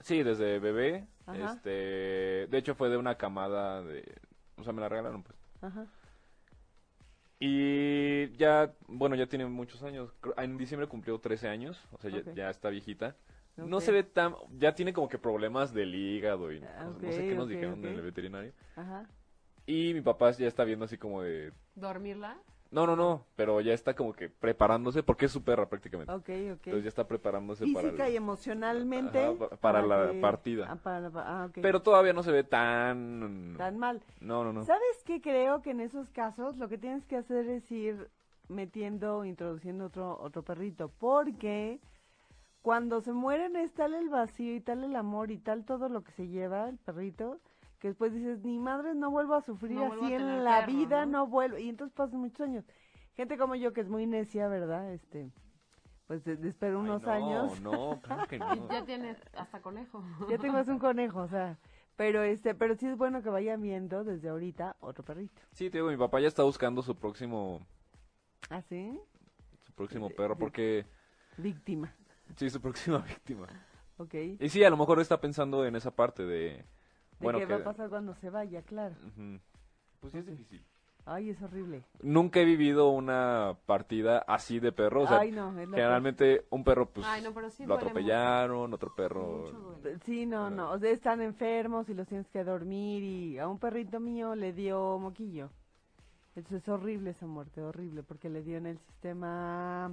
[SPEAKER 3] Sí, desde bebé.
[SPEAKER 4] Ajá.
[SPEAKER 3] Este, de hecho fue de una camada de, o sea, me la regalaron pues.
[SPEAKER 4] Ajá.
[SPEAKER 3] Y ya, bueno, ya tiene muchos años. Cre- En diciembre cumplió 13 años, o sea, ya-
[SPEAKER 4] Ok.
[SPEAKER 3] ya, está viejita. No
[SPEAKER 4] Ok.
[SPEAKER 3] se ve tan, ya tiene como que problemas del hígado y cosas-
[SPEAKER 4] Ah,
[SPEAKER 3] no sé qué
[SPEAKER 4] ok,
[SPEAKER 3] nos
[SPEAKER 4] ok,
[SPEAKER 3] dijeron
[SPEAKER 4] ok.
[SPEAKER 3] en el veterinario.
[SPEAKER 4] Ajá.
[SPEAKER 3] Y mi papá ya está viendo así como de,
[SPEAKER 2] ¿Dormirla?
[SPEAKER 3] no, no, no, pero ya está como que preparándose porque es su perra prácticamente.
[SPEAKER 4] Ok, ok.
[SPEAKER 3] Entonces ya está preparándose para...
[SPEAKER 4] Física
[SPEAKER 3] el-
[SPEAKER 4] y emocionalmente.
[SPEAKER 3] Ajá, pa- para la
[SPEAKER 4] que-
[SPEAKER 3] partida.
[SPEAKER 4] Ah, para la pa- ah, ok.
[SPEAKER 3] Pero todavía no se ve tan...
[SPEAKER 4] Tan mal.
[SPEAKER 3] No, no, no.
[SPEAKER 4] ¿Sabes qué? Creo que en esos casos lo que tienes que hacer es ir metiendo, introduciendo otro, otro perrito, porque cuando se mueren es tal el vacío y tal el amor y tal todo lo que se lleva el perrito, que después dices, ni madre, no vuelvo a sufrir
[SPEAKER 2] No vuelvo
[SPEAKER 4] así
[SPEAKER 2] a tener
[SPEAKER 4] en la
[SPEAKER 2] perro,
[SPEAKER 4] vida,
[SPEAKER 2] ¿no?"
[SPEAKER 4] ¿no? vuelvo. Y entonces pasan muchos años. Gente como yo que es muy necia, ¿verdad? Este, pues de- de espero
[SPEAKER 3] Ay,
[SPEAKER 4] unos
[SPEAKER 3] no,
[SPEAKER 4] años.
[SPEAKER 3] No, claro que no.
[SPEAKER 2] Ya tiene hasta conejo.
[SPEAKER 4] Ya tengo es un conejo, o sea. Pero este, pero sí es bueno que vayan viendo desde ahorita otro perrito.
[SPEAKER 3] Sí, te digo, mi papá ya está buscando su próximo,
[SPEAKER 4] ¿Ah, sí?
[SPEAKER 3] su
[SPEAKER 4] Eh,
[SPEAKER 3] próximo perro porque...
[SPEAKER 4] Víctima.
[SPEAKER 3] Sí, su próxima víctima.
[SPEAKER 4] Ok.
[SPEAKER 3] Eh, Y sí, a lo mejor está pensando en esa parte de... Bueno,
[SPEAKER 4] qué va
[SPEAKER 3] que-
[SPEAKER 4] a pasar cuando se vaya, claro.
[SPEAKER 3] Ujú. Pues sí es difícil.
[SPEAKER 4] Ay, es horrible.
[SPEAKER 3] Nunca he vivido una partida así de perro. O sea,
[SPEAKER 4] Ay, no, es la
[SPEAKER 3] generalmente un perro pues
[SPEAKER 2] Ay, no, pero sí
[SPEAKER 3] lo
[SPEAKER 2] duele mucho.
[SPEAKER 3] atropellaron, otro perro...
[SPEAKER 2] Mucho duele.
[SPEAKER 4] peor. Sí, no, no. O sea, están enfermos y los tienes que dormir y a un perrito mío le dio moquillo. Entonces es horrible esa muerte, horrible, porque le dio en el sistema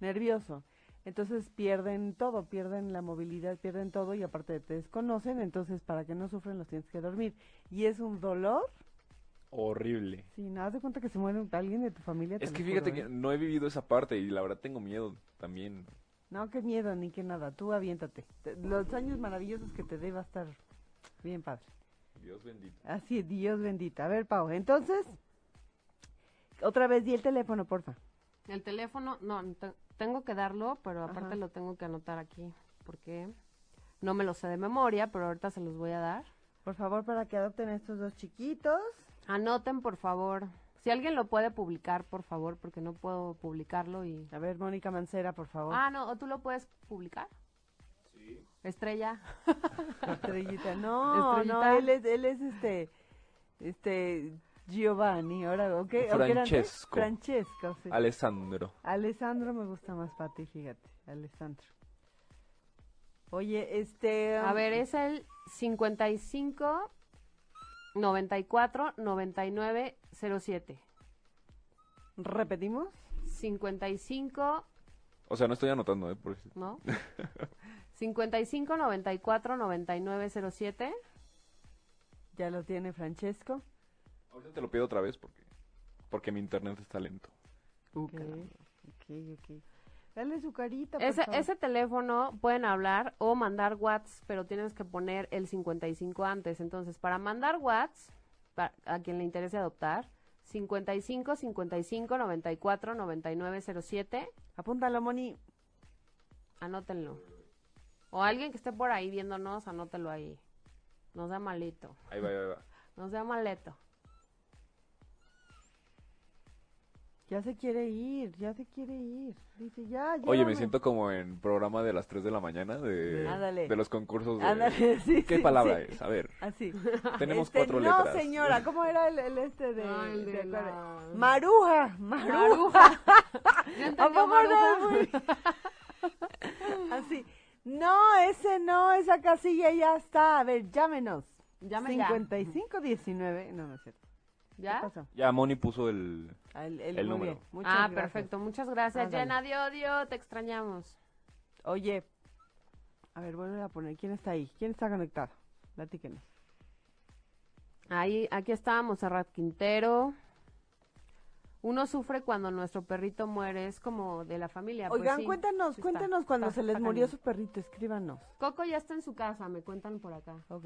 [SPEAKER 4] nervioso. Entonces pierden todo, pierden la movilidad, pierden todo y aparte te desconocen, entonces para que no sufren los tienes que dormir. Y es un dolor,
[SPEAKER 3] Horrible.
[SPEAKER 4] si nada, de cuenta que se muere alguien de tu familia. te
[SPEAKER 3] Es
[SPEAKER 4] lo
[SPEAKER 3] que
[SPEAKER 4] juro,
[SPEAKER 3] fíjate
[SPEAKER 4] ¿eh?
[SPEAKER 3] que no he vivido esa parte y la verdad tengo miedo también.
[SPEAKER 4] No, qué miedo, ni qué nada. Tú aviéntate. Te- Los años maravillosos que te dé va a estar bien padre.
[SPEAKER 3] Dios bendito.
[SPEAKER 4] Así, es, Dios bendita. A ver, Pau, entonces, otra vez di el teléfono, porfa.
[SPEAKER 2] El teléfono, no, no te- tengo que darlo, pero aparte
[SPEAKER 4] Ajá.
[SPEAKER 2] lo tengo que anotar aquí, porque no me lo sé de memoria, pero ahorita se los voy a dar.
[SPEAKER 4] Por favor, para que adopten a estos dos chiquitos.
[SPEAKER 2] Anoten, por favor. Si alguien lo puede publicar, por favor, porque no puedo publicarlo y...
[SPEAKER 4] A ver, Mónica Mancera, por favor.
[SPEAKER 2] Ah, no, ¿o tú lo puedes publicar? Sí. Estrella.
[SPEAKER 4] Estrellita. No,
[SPEAKER 2] Estrellita.
[SPEAKER 4] no, él es, él es este, este, Giovanni, ahora, ¿o qué? ¿O qué era antes?
[SPEAKER 3] Francesco.
[SPEAKER 4] Francesco, sí.
[SPEAKER 3] Alessandro.
[SPEAKER 4] Alessandro me gusta más para ti, fíjate, Alessandro. Oye, este...
[SPEAKER 2] A ver, es el 55 94 99 07.
[SPEAKER 4] ¿Repetimos?
[SPEAKER 2] 55
[SPEAKER 3] O sea, no estoy anotando, ¿eh? Por...
[SPEAKER 2] ¿no? 55 94 99 07.
[SPEAKER 4] Ya lo tiene Francesco.
[SPEAKER 3] Ahorita te lo pido otra vez porque, porque mi internet está lento.
[SPEAKER 2] Oh,
[SPEAKER 4] Ok, ok, ok. Dale su carita, por
[SPEAKER 2] Ese,
[SPEAKER 4] favor.
[SPEAKER 2] ese teléfono pueden hablar o mandar WhatsApp, pero tienes que poner el 55 antes. Entonces, para mandar WhatsApp, pa- a quien le interese adoptar, 55 55 94 99 07,
[SPEAKER 4] Apúntalo, Moni.
[SPEAKER 2] anótenlo. O alguien que esté por ahí viéndonos, anótelo ahí. No sea malito,
[SPEAKER 3] Ahí va, ahí va, ahí va.
[SPEAKER 2] no sea maleto.
[SPEAKER 4] Ya se quiere ir, ya se quiere ir. Dice, ya, ya.
[SPEAKER 3] Oye, me siento como en programa de las 3 de la mañana de,
[SPEAKER 4] Ándale.
[SPEAKER 3] de los concursos de...
[SPEAKER 4] Ándale, sí,
[SPEAKER 3] ¿Qué
[SPEAKER 4] sí,
[SPEAKER 3] palabra
[SPEAKER 4] sí.
[SPEAKER 3] es? A ver,
[SPEAKER 4] Así.
[SPEAKER 3] tenemos
[SPEAKER 4] Este,
[SPEAKER 3] cuatro
[SPEAKER 4] no,
[SPEAKER 3] letras.
[SPEAKER 4] señora, ¿cómo era el, el este de...
[SPEAKER 2] Ah, el de
[SPEAKER 4] acuerdo?
[SPEAKER 2] la-
[SPEAKER 4] Maruja, maruja.
[SPEAKER 2] Maruja. ¿Ya
[SPEAKER 4] ¿A
[SPEAKER 2] entendió
[SPEAKER 4] poco
[SPEAKER 2] Maruja?
[SPEAKER 4] no? Muy- Así. No, ese no, esa casilla ya está. A ver, llámenos.
[SPEAKER 2] Llame ya.
[SPEAKER 4] 5519, no, no es cierto.
[SPEAKER 2] ¿Ya?
[SPEAKER 4] ¿Qué pasó?
[SPEAKER 3] Ya Moni puso el...
[SPEAKER 4] Ah, El, el-
[SPEAKER 3] El
[SPEAKER 4] muy
[SPEAKER 3] número.
[SPEAKER 4] bien, muchas
[SPEAKER 2] ah,
[SPEAKER 4] gracias.
[SPEAKER 2] perfecto. Muchas gracias,
[SPEAKER 4] Ándale.
[SPEAKER 2] Jenna. Dio, Dio, te extrañamos.
[SPEAKER 4] Oye, a ver, vuelve a poner. ¿Quién está ahí? ¿Quién está conectado? Platíquenos.
[SPEAKER 2] Ahí, aquí está Monserrat Quintero. Uno sufre cuando nuestro perrito muere, es como de la familia. pues
[SPEAKER 4] Oigan,
[SPEAKER 2] sí,
[SPEAKER 4] cuéntanos,
[SPEAKER 2] sí está,
[SPEAKER 4] cuéntanos cuando
[SPEAKER 2] está,
[SPEAKER 4] se les
[SPEAKER 2] está
[SPEAKER 4] murió su
[SPEAKER 2] cañón.
[SPEAKER 4] perrito, escríbanos.
[SPEAKER 2] Coco ya está en su casa, me cuentan por acá.
[SPEAKER 4] Ok.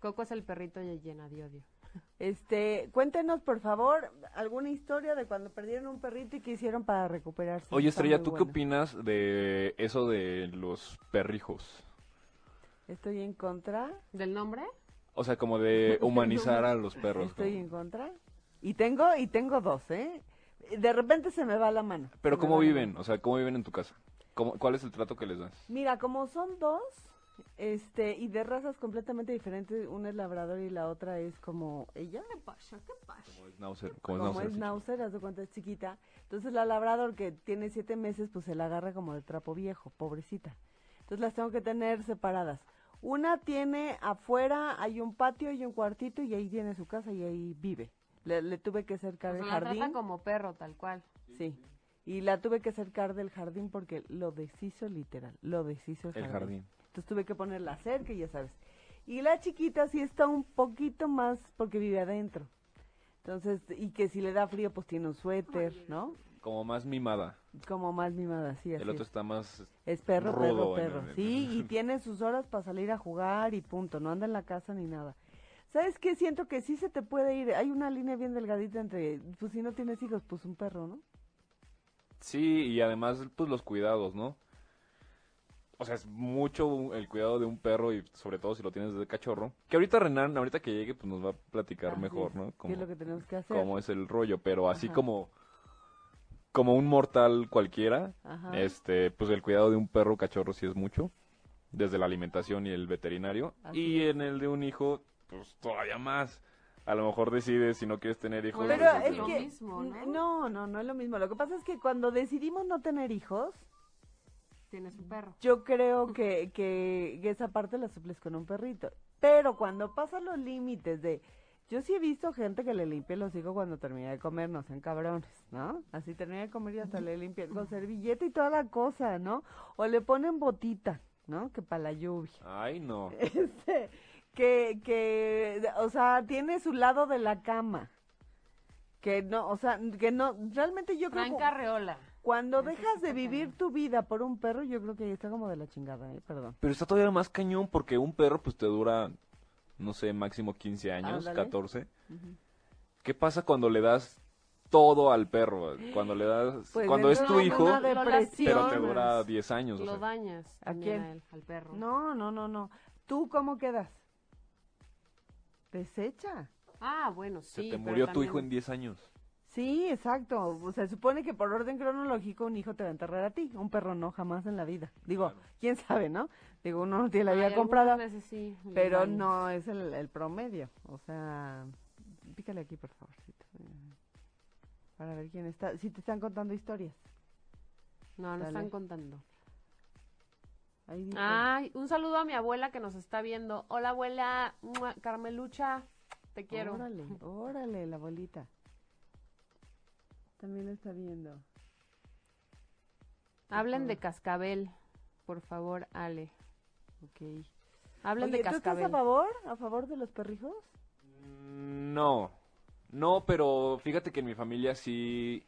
[SPEAKER 2] Coco es el perrito de Jenna, Dio, Dio.
[SPEAKER 4] Este, cuéntenos, por favor, alguna historia de cuando perdieron un perrito y qué hicieron para recuperarse.
[SPEAKER 3] Oye,
[SPEAKER 4] Está
[SPEAKER 3] Estrella,
[SPEAKER 4] muy
[SPEAKER 3] ¿tú qué
[SPEAKER 4] bueno.
[SPEAKER 3] opinas de eso de los perrijos?
[SPEAKER 4] Estoy en contra.
[SPEAKER 2] ¿Del nombre?
[SPEAKER 3] O sea, como de humanizar a los perros.
[SPEAKER 4] Estoy
[SPEAKER 3] ¿no?
[SPEAKER 4] en contra. Y tengo, y tengo dos, ¿eh? De repente se me va la mano.
[SPEAKER 3] Pero
[SPEAKER 4] Se me
[SPEAKER 3] ¿cómo
[SPEAKER 4] va la
[SPEAKER 3] viven? O sea, ¿cómo viven en tu casa? ¿Cómo- ¿Cuál es el trato que les das?
[SPEAKER 4] Mira, como son dos, este, y de razas completamente diferentes, una es labrador y la otra es como ella,
[SPEAKER 2] ¿Qué pasa? ¿Qué pasa?
[SPEAKER 3] Como es Schnauzer, como es
[SPEAKER 4] como
[SPEAKER 3] Schnauzer,
[SPEAKER 4] es
[SPEAKER 3] sí.
[SPEAKER 4] Nauser, haz de cuenta es chiquita. Entonces la labrador que tiene siete meses, pues se la agarra como de trapo viejo, pobrecita. Entonces las tengo que tener separadas. Una tiene afuera, hay un patio y un cuartito y ahí tiene su casa y ahí vive. Le, le tuve que
[SPEAKER 2] O
[SPEAKER 4] cercar
[SPEAKER 2] sea,
[SPEAKER 4] el
[SPEAKER 2] Pues la trata
[SPEAKER 4] jardín.
[SPEAKER 2] como perro, tal cual.
[SPEAKER 4] Sí. Y la tuve que acercar del jardín porque lo deshizo literal, lo deshizo el
[SPEAKER 3] El
[SPEAKER 4] jardín.
[SPEAKER 3] jardín.
[SPEAKER 4] Entonces tuve que ponerla cerca y ya sabes. Y la chiquita sí está un poquito más porque vive adentro. Entonces, y que si le da frío pues tiene un suéter, ¿no?
[SPEAKER 3] Como más mimada.
[SPEAKER 4] Como más mimada, sí, así
[SPEAKER 3] El otro
[SPEAKER 4] es.
[SPEAKER 3] está más...
[SPEAKER 4] Es perro,
[SPEAKER 3] rudo,
[SPEAKER 4] perro,
[SPEAKER 3] en
[SPEAKER 4] perro.
[SPEAKER 3] el-
[SPEAKER 4] Sí, y tiene sus horas para salir a jugar y punto, no anda en la casa ni nada. ¿Sabes qué? Siento que sí se te puede ir. Hay una línea bien delgadita entre, pues si no tienes hijos, pues un perro, ¿no?
[SPEAKER 3] Sí, y además, pues los cuidados, ¿no? O sea, es mucho el cuidado de un perro y sobre todo si lo tienes desde cachorro. Que ahorita Renan, ahorita que llegue, pues nos va a platicar
[SPEAKER 4] Así
[SPEAKER 3] mejor,
[SPEAKER 4] es.
[SPEAKER 3] ¿no?
[SPEAKER 4] Ah, ¿Qué
[SPEAKER 3] Como-
[SPEAKER 4] es lo que tenemos que hacer?
[SPEAKER 3] cómo es el rollo, pero así
[SPEAKER 4] Ajá.
[SPEAKER 3] como como un mortal cualquiera,
[SPEAKER 4] Ajá.
[SPEAKER 3] este, pues el cuidado de un perro cachorro sí es mucho, desde la alimentación y el veterinario,
[SPEAKER 4] Así
[SPEAKER 3] y en el de un hijo, pues todavía más. A lo mejor decides si no quieres tener hijos.
[SPEAKER 2] Bueno,
[SPEAKER 4] Pero
[SPEAKER 3] desde
[SPEAKER 2] pues,
[SPEAKER 4] es
[SPEAKER 2] lo
[SPEAKER 4] que
[SPEAKER 2] mismo, ¿no?
[SPEAKER 4] no, no, no es lo mismo. Lo que pasa es que cuando decidimos no tener hijos,
[SPEAKER 2] Tienes un perro.
[SPEAKER 4] yo creo que, que esa parte la suples con un perrito. Pero cuando pasan los límites de... Yo sí he visto gente que le limpia los hijos cuando termina de comer, no sean cabrones, ¿no? Así termina de comer y hasta le limpia con servilleta y toda la cosa, ¿no? O le ponen botita, ¿no? Que para la lluvia.
[SPEAKER 3] Ay, no.
[SPEAKER 4] Este, que, que, o sea, tiene su lado de la cama. Que no, o sea, que no, realmente yo creo
[SPEAKER 2] Frank
[SPEAKER 4] que
[SPEAKER 2] Carreola.
[SPEAKER 4] cuando
[SPEAKER 2] Ese
[SPEAKER 4] dejas
[SPEAKER 2] sí
[SPEAKER 4] de
[SPEAKER 2] está
[SPEAKER 4] vivir
[SPEAKER 2] cañón.
[SPEAKER 4] tu vida por un perro, yo creo que ahí está como de la chingada, ¿eh? Perdón.
[SPEAKER 3] Pero está todavía más cañón porque un perro pues te dura, no sé, máximo 15 años,
[SPEAKER 4] Ándale.
[SPEAKER 3] 14. ¿Qué pasa cuando le das todo al perro? Cuando le das,
[SPEAKER 4] Pues,
[SPEAKER 3] cuando es
[SPEAKER 4] entonces,
[SPEAKER 3] tu
[SPEAKER 4] no,
[SPEAKER 3] hijo,
[SPEAKER 4] no, no,
[SPEAKER 3] pero te
[SPEAKER 4] no,
[SPEAKER 3] dura 10 años. o
[SPEAKER 2] pues, Lo
[SPEAKER 3] sea.
[SPEAKER 2] dañas.
[SPEAKER 4] ¿A
[SPEAKER 2] también
[SPEAKER 4] quién?
[SPEAKER 2] él, al perro.
[SPEAKER 4] No, no, no, no. ¿Tú cómo quedas? Desecha.
[SPEAKER 2] Ah, bueno,
[SPEAKER 3] Se
[SPEAKER 2] sí.
[SPEAKER 3] te
[SPEAKER 2] pero
[SPEAKER 3] murió tu
[SPEAKER 2] también-
[SPEAKER 3] hijo en 10 años.
[SPEAKER 4] Sí, exacto. O sea, se supone que por orden cronológico un hijo te va a enterrar a ti, un perro no, jamás en la vida. Digo, quién sabe, ¿no? Digo, uno no tiene la
[SPEAKER 2] Ay,
[SPEAKER 4] vida
[SPEAKER 2] algunas
[SPEAKER 4] comprada.
[SPEAKER 2] veces sí, los
[SPEAKER 4] Pero
[SPEAKER 2] daños.
[SPEAKER 4] no es el, el promedio. O sea, pícale aquí, por favorcito. Para ver quién está. Si te están contando historias.
[SPEAKER 2] No, no
[SPEAKER 4] Dale.
[SPEAKER 2] están contando.
[SPEAKER 4] Ahí dice.
[SPEAKER 2] Ay, un saludo a mi abuela que nos está viendo. Hola, abuela. Mua, Carmelucha, te quiero.
[SPEAKER 4] Órale, órale, la bolita. También la está viendo.
[SPEAKER 2] Hablen de cascabel, por favor, Ale.
[SPEAKER 4] Ok.
[SPEAKER 2] Hablen
[SPEAKER 4] Oye,
[SPEAKER 2] de
[SPEAKER 4] ¿tú estás a
[SPEAKER 2] cascabel.
[SPEAKER 4] favor? ¿A favor de los perrijos?
[SPEAKER 3] No, no, pero fíjate que en mi familia sí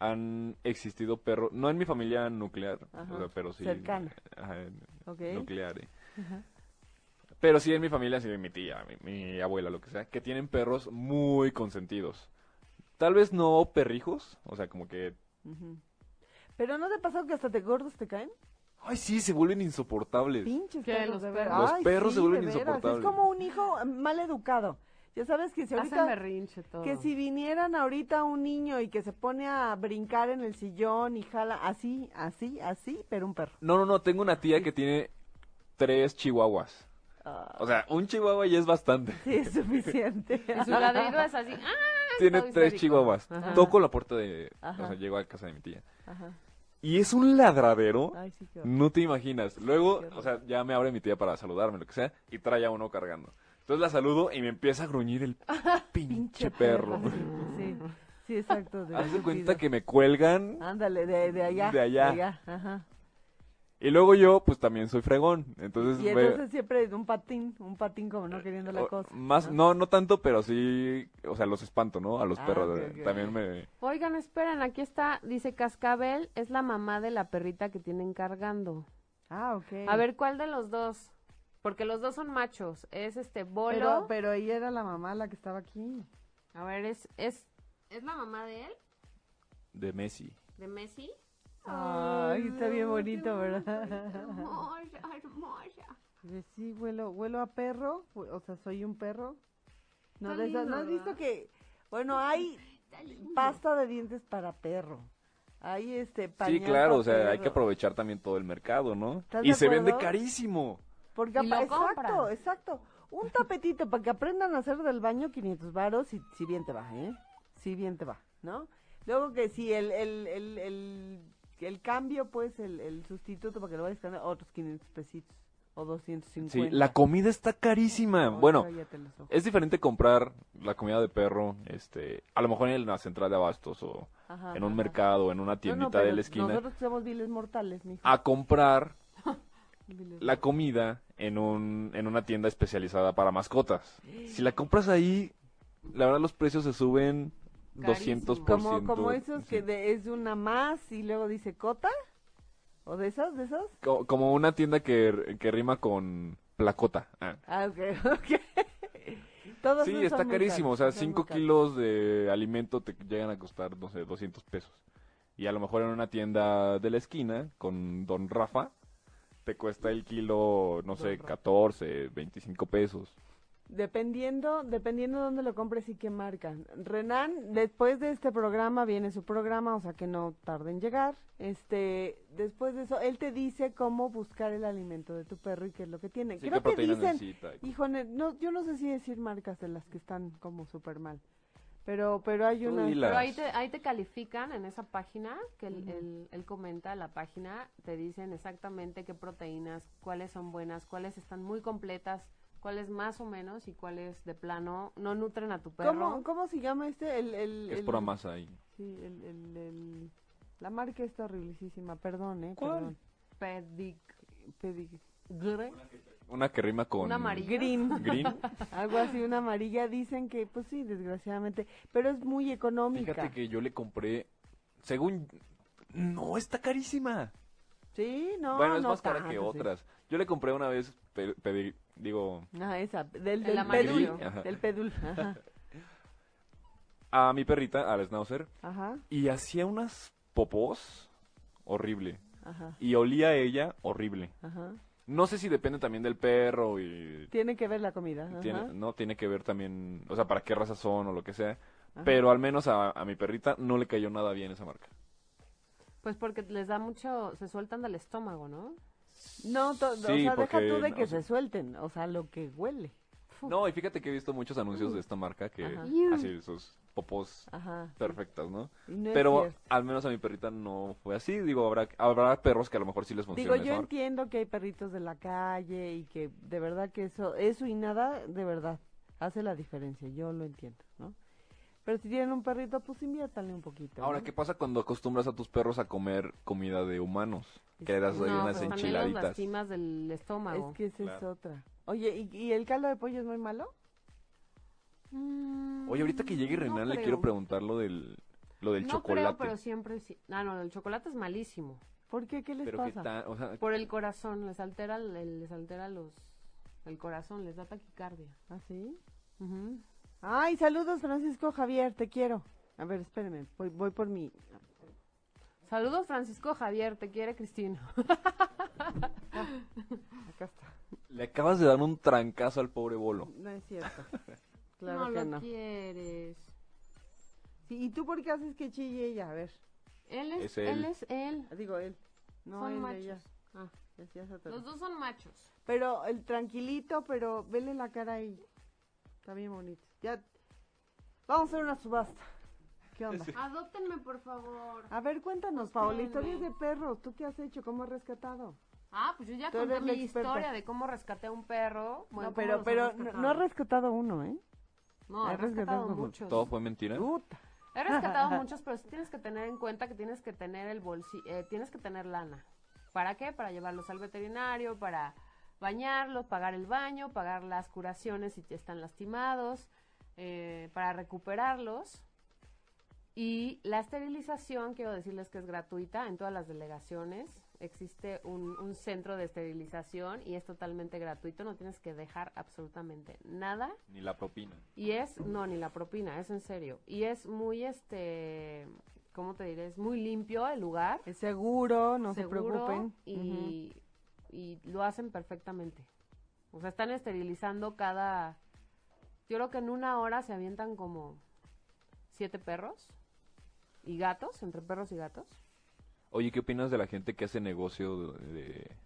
[SPEAKER 3] han existido perros, no en mi familia nuclear, o
[SPEAKER 4] Ajá,
[SPEAKER 3] sea, pero sí.
[SPEAKER 4] cercana.
[SPEAKER 3] Ajá, en-
[SPEAKER 4] Ok.
[SPEAKER 3] nuclear. ¿eh? Pero sí en mi familia, sí, mi tía, mi, mi abuela, lo que sea, que tienen perros muy consentidos. Tal vez no perrijos, o sea, como que...
[SPEAKER 4] Ujú. Pero ¿no te pasó que hasta te gordos te caen?
[SPEAKER 3] Ay, sí, se vuelven insoportables.
[SPEAKER 4] Pinches
[SPEAKER 2] ¿Qué,
[SPEAKER 4] perros,
[SPEAKER 2] los
[SPEAKER 4] de verdad.
[SPEAKER 3] perros? Los
[SPEAKER 4] Ay,
[SPEAKER 3] perros se
[SPEAKER 4] sí, de
[SPEAKER 3] vuelven
[SPEAKER 4] veras,
[SPEAKER 3] insoportables.
[SPEAKER 4] Es como un hijo eh, mal educado. Ya sabes que si ahorita...
[SPEAKER 2] Hacen berrinche todo.
[SPEAKER 4] Que si vinieran ahorita un niño y que se pone a brincar en el sillón y jala así, así, así, pero un perro.
[SPEAKER 3] No, no, no, tengo una tía que tiene tres chihuahuas.
[SPEAKER 4] Ah,
[SPEAKER 3] O sea, un chihuahua ya es bastante.
[SPEAKER 4] sí, es suficiente.
[SPEAKER 2] Y su ladrido es así. ¡Ah!
[SPEAKER 3] Tiene
[SPEAKER 2] todo
[SPEAKER 3] tres
[SPEAKER 2] histérico.
[SPEAKER 3] chihuahuas.
[SPEAKER 4] Ajá.
[SPEAKER 3] Toco la puerta de...
[SPEAKER 4] Ajá.
[SPEAKER 3] O sea, llego a casa de mi tía.
[SPEAKER 4] Ajá.
[SPEAKER 3] Y es un ladradero.
[SPEAKER 4] Ay, sí, qué horror.
[SPEAKER 3] No te imaginas. Luego,
[SPEAKER 4] Qué horror.
[SPEAKER 3] o sea, ya me abre mi tía para saludarme, lo que sea, y trae a uno cargando. Entonces la saludo y me empieza a gruñir el pinche perro.
[SPEAKER 4] Sí, sí, exacto. de
[SPEAKER 3] Haz de
[SPEAKER 4] sentido.
[SPEAKER 3] cuenta que me cuelgan.
[SPEAKER 4] Ándale, de, de allá.
[SPEAKER 3] De allá.
[SPEAKER 4] ajá.
[SPEAKER 3] Y luego yo, pues también soy fregón. Entonces,
[SPEAKER 4] Y
[SPEAKER 3] me-
[SPEAKER 4] entonces siempre un patín, un patín como no queriendo la
[SPEAKER 3] Pues o-
[SPEAKER 4] cosa.
[SPEAKER 3] Más, no, no tanto, pero sí, o sea, los espanto, ¿no? A los
[SPEAKER 4] Ah,
[SPEAKER 3] perros.
[SPEAKER 4] ok, ok.
[SPEAKER 3] También me...
[SPEAKER 2] Oigan, esperen, aquí está. Dice Cascabel es la mamá de la perrita que tienen cargando.
[SPEAKER 4] Ah, ok.
[SPEAKER 2] A ver, ¿cuál de los dos? Porque los dos son machos. Es este
[SPEAKER 4] pero,
[SPEAKER 2] Bolo.
[SPEAKER 4] pero ella era la mamá la que estaba aquí.
[SPEAKER 2] A ver, es, es, ¿es la mamá de él?
[SPEAKER 3] De Messi.
[SPEAKER 2] ¿De Messi?
[SPEAKER 4] Ay, está bien bonito, ¿verdad?
[SPEAKER 2] Hermosa, hermosa.
[SPEAKER 4] Pues sí, huelo, huelo a perro, hue- o sea, soy un perro. No,
[SPEAKER 2] Está
[SPEAKER 4] de esas-
[SPEAKER 2] lindo,
[SPEAKER 4] ¿no has visto
[SPEAKER 2] ¿verdad?
[SPEAKER 4] que, bueno, hay pasta de dientes para perro. Hay este pañal
[SPEAKER 3] Sí, claro,
[SPEAKER 4] para
[SPEAKER 3] o sea, hay
[SPEAKER 4] perro.
[SPEAKER 3] que aprovechar también todo el mercado, ¿no?
[SPEAKER 4] ¿Estás
[SPEAKER 3] Y
[SPEAKER 4] de
[SPEAKER 3] se vende
[SPEAKER 4] acuerdo?
[SPEAKER 3] carísimo.
[SPEAKER 4] Porque
[SPEAKER 2] Y lo
[SPEAKER 4] apa- exacto,
[SPEAKER 2] compran.
[SPEAKER 4] exacto. Un tapetito para que aprendan a hacer del baño 500 varos y si bien te va, ¿eh? Si bien te va, ¿no? Luego que si el, el, el, el, el cambio, pues, el, el sustituto para que lo vayas cambiando, otros 500 pesitos o 250.
[SPEAKER 3] Sí, la comida está carísima.
[SPEAKER 4] Ay,
[SPEAKER 3] bueno,
[SPEAKER 4] cállate los ojos.
[SPEAKER 3] Es diferente comprar la comida de perro, este, a lo mejor en la central de abastos o
[SPEAKER 4] Ajá,
[SPEAKER 3] en un
[SPEAKER 4] ajá.
[SPEAKER 3] mercado, en una
[SPEAKER 4] No, no,
[SPEAKER 3] tiendita de
[SPEAKER 4] pero
[SPEAKER 3] la esquina,
[SPEAKER 4] Nosotros somos viles mortales, mijo.
[SPEAKER 3] a comprar
[SPEAKER 4] Viles
[SPEAKER 3] la comida en un, en una tienda especializada para mascotas. Si la compras ahí, la verdad los precios se suben
[SPEAKER 2] Carísimo.
[SPEAKER 3] 200%.
[SPEAKER 4] como, como esos que
[SPEAKER 3] sí.
[SPEAKER 4] de- es una más y luego dice cota. ¿O de esas? ¿De esas?
[SPEAKER 3] Co- Como una tienda que, que rima con placota. Ah.
[SPEAKER 4] Ah, ok, ok. Todos
[SPEAKER 3] Sí,
[SPEAKER 4] esos son
[SPEAKER 3] está
[SPEAKER 4] muy
[SPEAKER 3] carísimo. O sea,
[SPEAKER 4] caros, son muy
[SPEAKER 3] 5
[SPEAKER 4] caros.
[SPEAKER 3] kilos de alimento te llegan a costar, no sé, 200 pesos. Y a lo mejor en una tienda de la esquina, con Don Rafa, te cuesta el kilo, no sé, 14, 25 pesos.
[SPEAKER 4] Dependiendo, dependiendo dónde lo compres y qué marca. Renan, después de este programa viene su programa, o sea que no tarde en llegar. Este, después de eso, él te dice cómo buscar el alimento de tu perro y qué es lo que tiene.
[SPEAKER 3] Sí, ¿qué
[SPEAKER 4] Creo que
[SPEAKER 3] proteína
[SPEAKER 4] dicen,
[SPEAKER 3] necesita?
[SPEAKER 4] hijo, ne- no, yo no sé si decir marcas de las que están como súper mal, pero, pero hay
[SPEAKER 3] Tú
[SPEAKER 4] una.
[SPEAKER 3] dila.
[SPEAKER 2] Pero ahí
[SPEAKER 3] Las-
[SPEAKER 2] te, ahí te califican en esa página, que él,
[SPEAKER 4] Ujú.
[SPEAKER 2] él- él comenta la página, te dicen exactamente qué proteínas, cuáles son buenas, cuáles están muy completas, cuáles más o menos y cuáles de plano no nutren a tu perro.
[SPEAKER 4] ¿Cómo, ¿Cómo se llama este? El, el,
[SPEAKER 3] Es
[SPEAKER 4] el-
[SPEAKER 3] pura masa ahí.
[SPEAKER 4] Sí, el, el, el- la marca está horriblísima, perdón, ¿eh?
[SPEAKER 3] ¿Cuál?
[SPEAKER 4] Perdón.
[SPEAKER 2] Pedigre,
[SPEAKER 4] Pedí-
[SPEAKER 3] Una que rima con...
[SPEAKER 2] Una amarilla.
[SPEAKER 4] Green,
[SPEAKER 3] Green.
[SPEAKER 4] algo así, una amarilla, dicen que, pues sí, desgraciadamente, pero es muy económica.
[SPEAKER 3] Fíjate que yo le compré... Según... No, está carísima.
[SPEAKER 4] Sí, no,
[SPEAKER 3] bueno, es
[SPEAKER 4] no
[SPEAKER 3] más cara
[SPEAKER 4] tanto,
[SPEAKER 3] que
[SPEAKER 4] sí.
[SPEAKER 3] otras. Yo le compré una vez... pe- pedi- digo...
[SPEAKER 4] Ah, esa, del,
[SPEAKER 2] El
[SPEAKER 4] del pedul,
[SPEAKER 2] amarillo.
[SPEAKER 3] Ajá.
[SPEAKER 4] del pedul, ajá,
[SPEAKER 3] A mi perrita, al Schnauzer.
[SPEAKER 4] ajá,
[SPEAKER 3] Y hacía unas popós horrible.
[SPEAKER 4] ajá,
[SPEAKER 3] Y olía a ella horrible.
[SPEAKER 4] ajá.
[SPEAKER 3] No sé si depende también del perro y...
[SPEAKER 4] Tiene que ver la comida, ajá,
[SPEAKER 3] Tiene, no, tiene que ver también, o sea, para qué raza son o lo que sea.
[SPEAKER 4] ajá.
[SPEAKER 3] Pero al menos a, a mi perrita no le cayó nada bien esa marca.
[SPEAKER 2] Pues porque les da mucho, se sueltan del estómago, ¿no?
[SPEAKER 4] No, to- o
[SPEAKER 3] Sí,
[SPEAKER 4] sea, deja
[SPEAKER 3] porque
[SPEAKER 4] tú de
[SPEAKER 3] no
[SPEAKER 4] que
[SPEAKER 3] sé.
[SPEAKER 4] se suelten, o sea, lo que huele.
[SPEAKER 3] No, y fíjate que he visto muchos anuncios de esta marca que
[SPEAKER 4] Ajá.
[SPEAKER 3] hace sus popos
[SPEAKER 4] Ajá.
[SPEAKER 3] perfectas, ¿no?
[SPEAKER 4] y no es
[SPEAKER 3] Pero
[SPEAKER 4] cierto.
[SPEAKER 3] al menos a mi perrita no fue así. Digo, habrá, habrá perros que a lo mejor sí les funciona
[SPEAKER 4] Digo, yo
[SPEAKER 3] esa marca.
[SPEAKER 4] entiendo que hay perritos de la calle y que de verdad que eso, eso y nada, de verdad, hace la diferencia, yo lo entiendo, ¿no? Pero si tienen un perrito, pues inviértanle un poquito.
[SPEAKER 3] Ahora,
[SPEAKER 4] ¿no?
[SPEAKER 3] ¿qué pasa cuando acostumbras a tus perros a comer comida de humanos? Que le das ahí
[SPEAKER 2] no,
[SPEAKER 3] unas
[SPEAKER 2] pues también los
[SPEAKER 3] enchiladitas.
[SPEAKER 2] lastimas del estómago.
[SPEAKER 4] Es que esa es
[SPEAKER 3] Claro.
[SPEAKER 4] otra. Oye, ¿y, y el caldo de pollo es muy malo?
[SPEAKER 2] Mm,
[SPEAKER 3] Oye, ahorita que llegue
[SPEAKER 2] no
[SPEAKER 3] Renan le
[SPEAKER 2] creo.
[SPEAKER 3] quiero preguntar lo del, lo del
[SPEAKER 2] no
[SPEAKER 3] chocolate.
[SPEAKER 2] creo, pero siempre sí. Ah, no, el chocolate es malísimo.
[SPEAKER 4] ¿Por qué? ¿Qué les
[SPEAKER 3] Pero que
[SPEAKER 4] pasa?
[SPEAKER 3] tan- o sea,
[SPEAKER 2] Por el corazón, les altera, el- el- les altera los, el corazón, les da taquicardia.
[SPEAKER 4] ¿Ah, sí?
[SPEAKER 2] Ujú.
[SPEAKER 4] Ay, saludos Francisco Javier, te quiero. A ver, espérenme, voy, voy por mi...
[SPEAKER 2] Saludos Francisco Javier, te quiere Cristina.
[SPEAKER 4] Acá está.
[SPEAKER 3] le acabas de dar un trancazo al pobre bolo.
[SPEAKER 4] No es cierto. Claro
[SPEAKER 2] no
[SPEAKER 4] que
[SPEAKER 2] lo
[SPEAKER 4] no.
[SPEAKER 2] quieres.
[SPEAKER 4] Sí, ¿Y tú por qué haces que chille ella? A ver,
[SPEAKER 2] Él es,
[SPEAKER 3] Es
[SPEAKER 2] él.
[SPEAKER 3] él.
[SPEAKER 2] es él.
[SPEAKER 4] digo él. No,
[SPEAKER 2] son
[SPEAKER 4] él,
[SPEAKER 2] machos.
[SPEAKER 4] ella.
[SPEAKER 2] Ah,
[SPEAKER 4] Ya- ya se atoró.
[SPEAKER 2] los dos son machos.
[SPEAKER 4] Pero el tranquilito, pero vele la cara ahí. Está bien bonito. Ya. Vamos a hacer una subasta. ¿Qué onda?
[SPEAKER 2] Adóptenme, por favor.
[SPEAKER 4] A ver, cuéntanos, Paola,
[SPEAKER 2] Espérenme.
[SPEAKER 4] historias de perros. ¿Tú qué has hecho? ¿Cómo has rescatado?
[SPEAKER 2] Ah, pues yo ya
[SPEAKER 4] Tú
[SPEAKER 2] conté
[SPEAKER 4] eres
[SPEAKER 2] mi
[SPEAKER 4] la experta.
[SPEAKER 2] historia de cómo rescaté a un perro. Bueno, cómo
[SPEAKER 4] no, pero,
[SPEAKER 2] los he
[SPEAKER 4] pero no, no
[SPEAKER 2] rescatado.
[SPEAKER 4] has rescatado uno, ¿eh?
[SPEAKER 2] No,
[SPEAKER 4] has
[SPEAKER 2] he rescatado
[SPEAKER 4] rescatado
[SPEAKER 2] muchos.
[SPEAKER 3] ¿Todo fue mentira?
[SPEAKER 4] Puta.
[SPEAKER 2] He rescatado muchos, pero sí tienes que tener en cuenta que tienes que tener el bolsillo, tienes que tener lana. ¿Para qué? Para llevarlos al veterinario, para bañarlos, pagar el baño, pagar las curaciones si te están lastimados, eh, para recuperarlos. Y la esterilización, quiero decirles que es gratuita en todas las delegaciones. Existe un, un centro de esterilización y es totalmente gratuito, no tienes que dejar absolutamente nada.
[SPEAKER 3] Ni la propina.
[SPEAKER 2] Y es, no, ni la propina, es en serio. Y es muy, este, ¿cómo te diré? Es muy limpio el lugar.
[SPEAKER 4] Es seguro, no se
[SPEAKER 2] seguro
[SPEAKER 4] preocupen. Ujú.
[SPEAKER 2] Y, y lo hacen perfectamente. O sea, están esterilizando cada... Yo creo que en una hora se avientan como siete perros y gatos, entre perros y gatos.
[SPEAKER 3] Oye, ¿qué opinas de la gente que hace negocio de, de-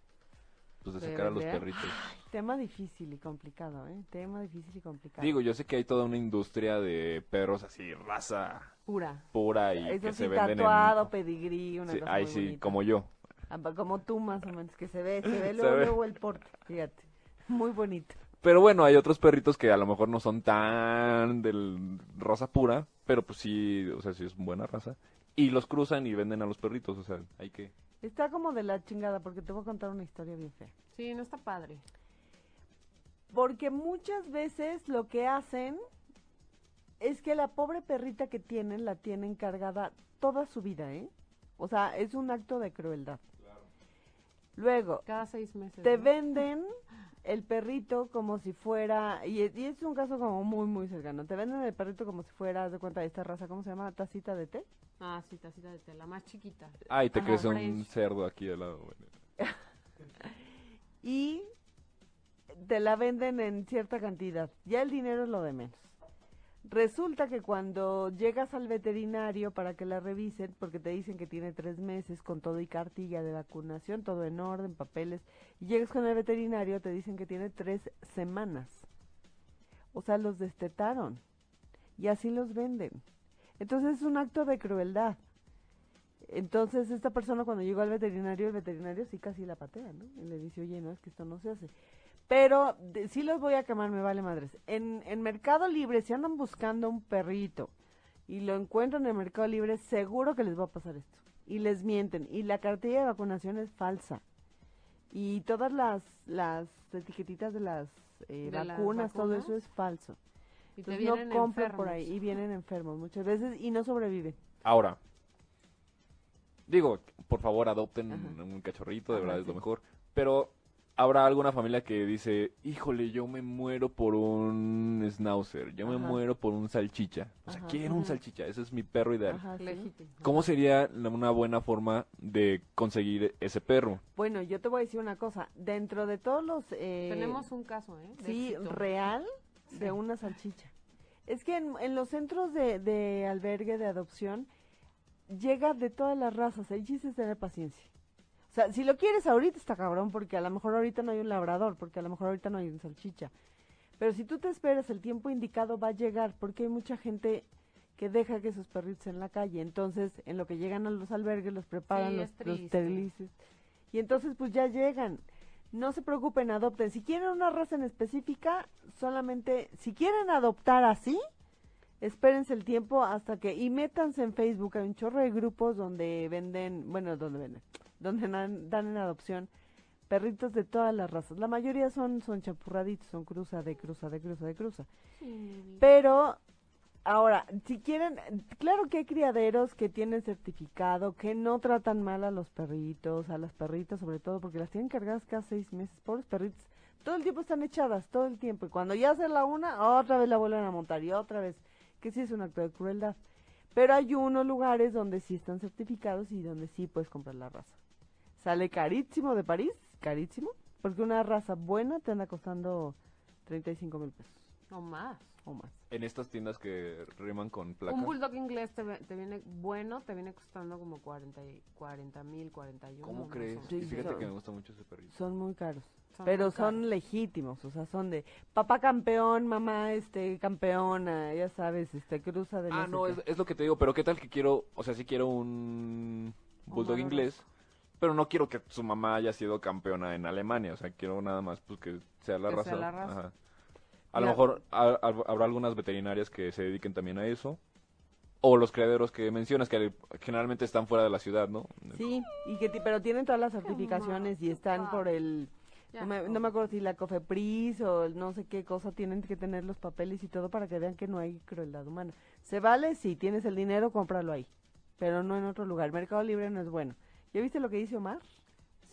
[SPEAKER 3] pues de
[SPEAKER 2] ¿De
[SPEAKER 3] sacar a los
[SPEAKER 2] vender? Ah,
[SPEAKER 3] perritos?
[SPEAKER 4] Tema difícil y complicado, ¿eh? Tema difícil y complicado.
[SPEAKER 3] Digo, yo sé que hay toda una industria de perros así, raza
[SPEAKER 2] Pura.
[SPEAKER 3] pura y
[SPEAKER 4] Eso
[SPEAKER 3] que
[SPEAKER 4] sí,
[SPEAKER 3] se venden en-
[SPEAKER 4] tatuado, pedigrí, una
[SPEAKER 3] Sí,
[SPEAKER 4] cosa
[SPEAKER 3] ay,
[SPEAKER 4] muy
[SPEAKER 3] sí,
[SPEAKER 4] bonita.
[SPEAKER 3] como yo.
[SPEAKER 4] Ah, pa- Como tú, más o menos, que se ve, se ve
[SPEAKER 3] Se
[SPEAKER 4] luego,
[SPEAKER 3] ve.
[SPEAKER 4] luego el porte. Fíjate. Muy bonito.
[SPEAKER 3] Pero bueno, hay otros perritos que a lo mejor no son tan del raza pura, pero pues sí, o sea, sí es buena raza. Y los cruzan y venden a los perritos, o sea, hay que...
[SPEAKER 4] Está como de la chingada, porque te voy a contar una historia bien fea.
[SPEAKER 2] Sí, no está padre.
[SPEAKER 4] Porque muchas veces lo que hacen es que la pobre perrita que tienen la tienen cargada toda su vida, ¿eh? O sea, es un acto de crueldad. Luego,
[SPEAKER 2] Cada seis meses.
[SPEAKER 4] te
[SPEAKER 2] ¿no?
[SPEAKER 4] venden el perrito como si fuera, y es, y es un caso como muy, muy cercano, te venden el perrito como si fuera, haz de cuenta, de esta raza, ¿cómo se llama? Tacita de té.
[SPEAKER 2] Ah, sí, tacita de tela, más chiquita.
[SPEAKER 3] Ay, te
[SPEAKER 2] Ajá,
[SPEAKER 3] crece un
[SPEAKER 2] fresh.
[SPEAKER 3] cerdo aquí al lado. güey.
[SPEAKER 4] Y te la venden en cierta cantidad. Ya el dinero es lo de menos. Resulta que cuando llegas al veterinario para que la revisen, porque te dicen que tiene tres meses con todo y cartilla de vacunación, todo en orden, papeles, y llegas con el veterinario, te dicen que tiene tres semanas. O sea, los destetaron y así los venden. Entonces es un acto de crueldad. Entonces esta persona cuando llegó al veterinario, el veterinario sí casi la patea, ¿no? Y le dice, oye, no, es que esto no se hace. Pero de- sí los voy a quemar, me vale madres. En, en Mercado Libre, si andan buscando un perrito y lo encuentran en Mercado Libre, seguro que les va a pasar esto. Y les mienten. Y la cartilla de vacunación es falsa. Y todas las, las etiquetitas de las, eh,
[SPEAKER 2] De las
[SPEAKER 4] vacunas, todo
[SPEAKER 2] vacunas.
[SPEAKER 4] eso es falso.
[SPEAKER 2] Y te
[SPEAKER 4] Entonces
[SPEAKER 2] vienen
[SPEAKER 4] no compren por
[SPEAKER 2] enfermos.
[SPEAKER 4] ahí y vienen enfermos muchas veces y no sobreviven.
[SPEAKER 3] Ahora, digo, por favor adopten
[SPEAKER 4] Ajá.
[SPEAKER 3] un cachorrito, de
[SPEAKER 4] Ajá,
[SPEAKER 3] verdad es lo
[SPEAKER 4] sí.
[SPEAKER 3] mejor. Pero habrá alguna familia que dice, híjole, yo me muero por un schnauzer, yo me
[SPEAKER 4] Ajá.
[SPEAKER 3] muero por un salchicha. O sea,
[SPEAKER 4] Ajá.
[SPEAKER 3] quiero un
[SPEAKER 2] Ujú.
[SPEAKER 3] salchicha, ese es mi perro ideal.
[SPEAKER 4] Ajá, Ah, sí.
[SPEAKER 2] Legítimo.
[SPEAKER 3] ¿Cómo sería la- una buena forma de conseguir ese perro?
[SPEAKER 4] Bueno, yo te voy a decir una cosa. Dentro de todos los... eh,
[SPEAKER 2] Tenemos un caso, ¿eh? de
[SPEAKER 4] sí,
[SPEAKER 2] éxito.
[SPEAKER 4] real de una salchicha. Es que en, en los centros de, de albergue de adopción llega de todas las razas. Ahí sí es tener paciencia. O sea, si lo quieres ahorita está cabrón, porque a lo mejor ahorita no hay un labrador, porque a lo mejor ahorita no hay un salchicha. Pero si tú te esperas, el tiempo indicado va a llegar, porque hay mucha gente que deja que sus perritos en la calle. Entonces, en lo que llegan a los albergues, los preparan,
[SPEAKER 2] Sí,
[SPEAKER 4] los,
[SPEAKER 2] es
[SPEAKER 4] los
[SPEAKER 2] triste.
[SPEAKER 4] esterilizan. Y entonces, pues ya llegan. No se preocupen, adopten. Si quieren una raza en específica, solamente, si quieren adoptar así, espérense el tiempo hasta que, y métanse en Facebook, hay un chorro de grupos donde venden, bueno, donde venden, donde dan, dan en adopción perritos de todas las razas. La mayoría son, son chapurraditos, son cruza de cruza de cruza de cruza.
[SPEAKER 2] Mm,
[SPEAKER 4] Pero ahora, si quieren, claro que hay criaderos que tienen certificado, que no tratan mal a los perritos, a las perritas sobre todo, porque las tienen cargadas cada seis meses, pobres perritos. Todo el tiempo están echadas, todo el tiempo. Y cuando ya hace la una, otra vez la vuelven a montar y otra vez. Que sí es un acto de crueldad. Pero hay unos lugares donde sí están certificados y donde sí puedes comprar la raza. Sale carísimo de París, carísimo, porque una raza buena te anda costando 35 mil pesos
[SPEAKER 2] No más.
[SPEAKER 4] o más.
[SPEAKER 3] En estas tiendas que riman con placa.
[SPEAKER 2] Un bulldog inglés te, ve- te viene bueno, te viene costando como 40 y- 40 mil, 41.
[SPEAKER 3] ¿Cómo
[SPEAKER 2] más
[SPEAKER 3] crees?
[SPEAKER 2] o menos.
[SPEAKER 4] Sí,
[SPEAKER 3] Y fíjate
[SPEAKER 4] son-
[SPEAKER 3] que me gusta mucho ese perrito.
[SPEAKER 4] Son muy caros.
[SPEAKER 2] Son
[SPEAKER 4] pero
[SPEAKER 2] muy caros.
[SPEAKER 4] son legítimos, o sea, son de papá campeón, mamá este campeona, ya sabes, este cruza de
[SPEAKER 3] Ah,
[SPEAKER 4] sé
[SPEAKER 3] no,
[SPEAKER 4] qué.
[SPEAKER 3] es, es lo que te digo, pero ¿qué tal que quiero, o sea, sí quiero un bulldog
[SPEAKER 2] Un
[SPEAKER 3] inglés, pero no quiero que su mamá haya sido campeona en Alemania, o sea, quiero nada más pues que sea la
[SPEAKER 2] Que
[SPEAKER 3] raza.
[SPEAKER 2] sea la raza.
[SPEAKER 3] Ajá. A lo
[SPEAKER 4] Ya.
[SPEAKER 3] mejor ha- ha- habrá algunas veterinarias que se dediquen también a eso, o los criaderos que mencionas que generalmente están fuera de la ciudad, ¿no?
[SPEAKER 4] Sí, y que ti- pero tienen todas las certificaciones y están por el
[SPEAKER 2] Ya,
[SPEAKER 4] no me,
[SPEAKER 2] no.
[SPEAKER 4] no me acuerdo si la COFEPRIS o el no sé qué cosa tienen que tener los papeles y todo para que vean que no hay crueldad humana. Se vale si tienes el dinero, cómpralo ahí, pero no en otro lugar. Mercado Libre no es bueno. ¿Ya viste lo que dice Omar?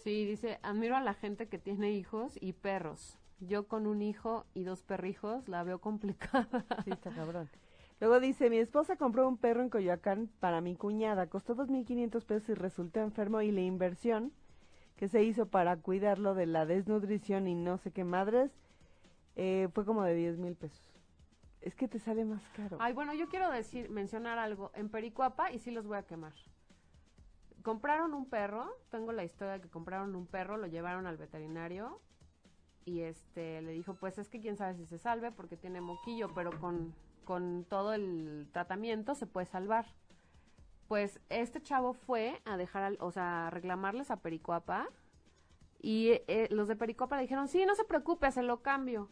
[SPEAKER 2] Sí, dice, admiro a la gente que tiene hijos y perros. Yo con un hijo y dos perrijos la veo complicada.
[SPEAKER 4] Sí, está cabrón. Luego dice, mi esposa compró un perro en Coyoacán para mi cuñada, costó 2.500 pesos y resultó enfermo y la inversión que se hizo para cuidarlo de la desnutrición y no sé qué madres eh, fue como de 10.000 pesos. Es que te sale más caro.
[SPEAKER 2] Ay, bueno, yo quiero decir, mencionar algo. En Pericuapa, y sí los voy a quemar. Compraron un perro, tengo la historia de que compraron un perro, lo llevaron al veterinario y este le dijo, pues es que quién sabe si se salve porque tiene moquillo, pero con, con todo el tratamiento se puede salvar. Pues este chavo fue a dejar, al, o sea, a reclamarles a Pericuapa y eh, los de Pericuapa le dijeron, sí, no se preocupe, se lo cambio.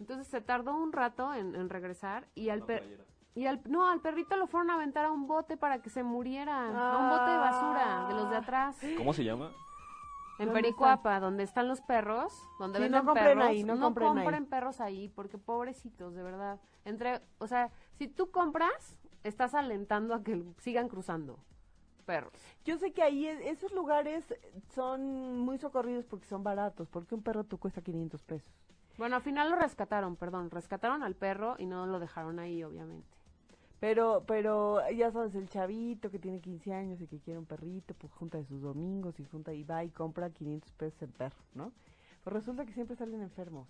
[SPEAKER 2] Entonces se tardó un rato en, en regresar y al per- y al, no, al perrito lo fueron a aventar a un bote para que se muriera. A
[SPEAKER 4] Ah.
[SPEAKER 2] un bote de basura, de los de atrás.
[SPEAKER 3] ¿Cómo se llama?
[SPEAKER 2] En
[SPEAKER 4] ¿Dónde
[SPEAKER 2] Pericuapa, donde están los perros, donde
[SPEAKER 4] Sí,
[SPEAKER 2] venden
[SPEAKER 4] no compren
[SPEAKER 2] perros.
[SPEAKER 4] ahí, no compren ahí.
[SPEAKER 2] perros ahí, porque pobrecitos, de verdad. Entre, o sea, si tú compras, estás alentando a que sigan cruzando perros.
[SPEAKER 4] Yo sé que ahí es- esos lugares son muy socorridos porque son baratos, porque un perro tú cuesta 500 pesos.
[SPEAKER 2] Bueno, al final lo rescataron, perdón, rescataron al perro y no lo dejaron ahí, obviamente.
[SPEAKER 4] Pero, pero ya sabes, el chavito que tiene 15 años y que quiere un perrito, pues junta de sus domingos y junta y va y compra 500 pesos el perro, ¿no? Pues resulta que siempre salen enfermos,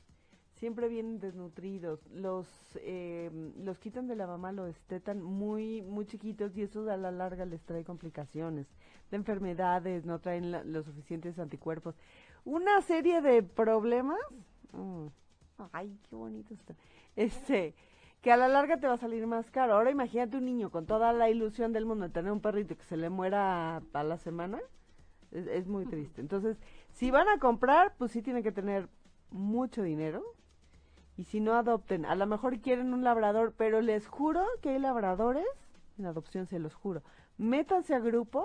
[SPEAKER 4] siempre vienen desnutridos, los, eh, los quitan de la mamá, los estetan muy, muy chiquitos y eso a la larga les trae complicaciones de enfermedades, no traen la- los suficientes anticuerpos. Una serie de problemas. mm, Ay, qué bonito está. Este, que a la larga te va a salir más caro. Ahora imagínate un niño con toda la ilusión del mundo de tener un perrito que se le muera a la semana. Es, es muy triste. Entonces, si van a comprar, pues sí tienen que tener mucho dinero. Y si no adopten, a lo mejor quieren un labrador, pero les juro que hay labradores en adopción, se los juro. Métanse a grupos.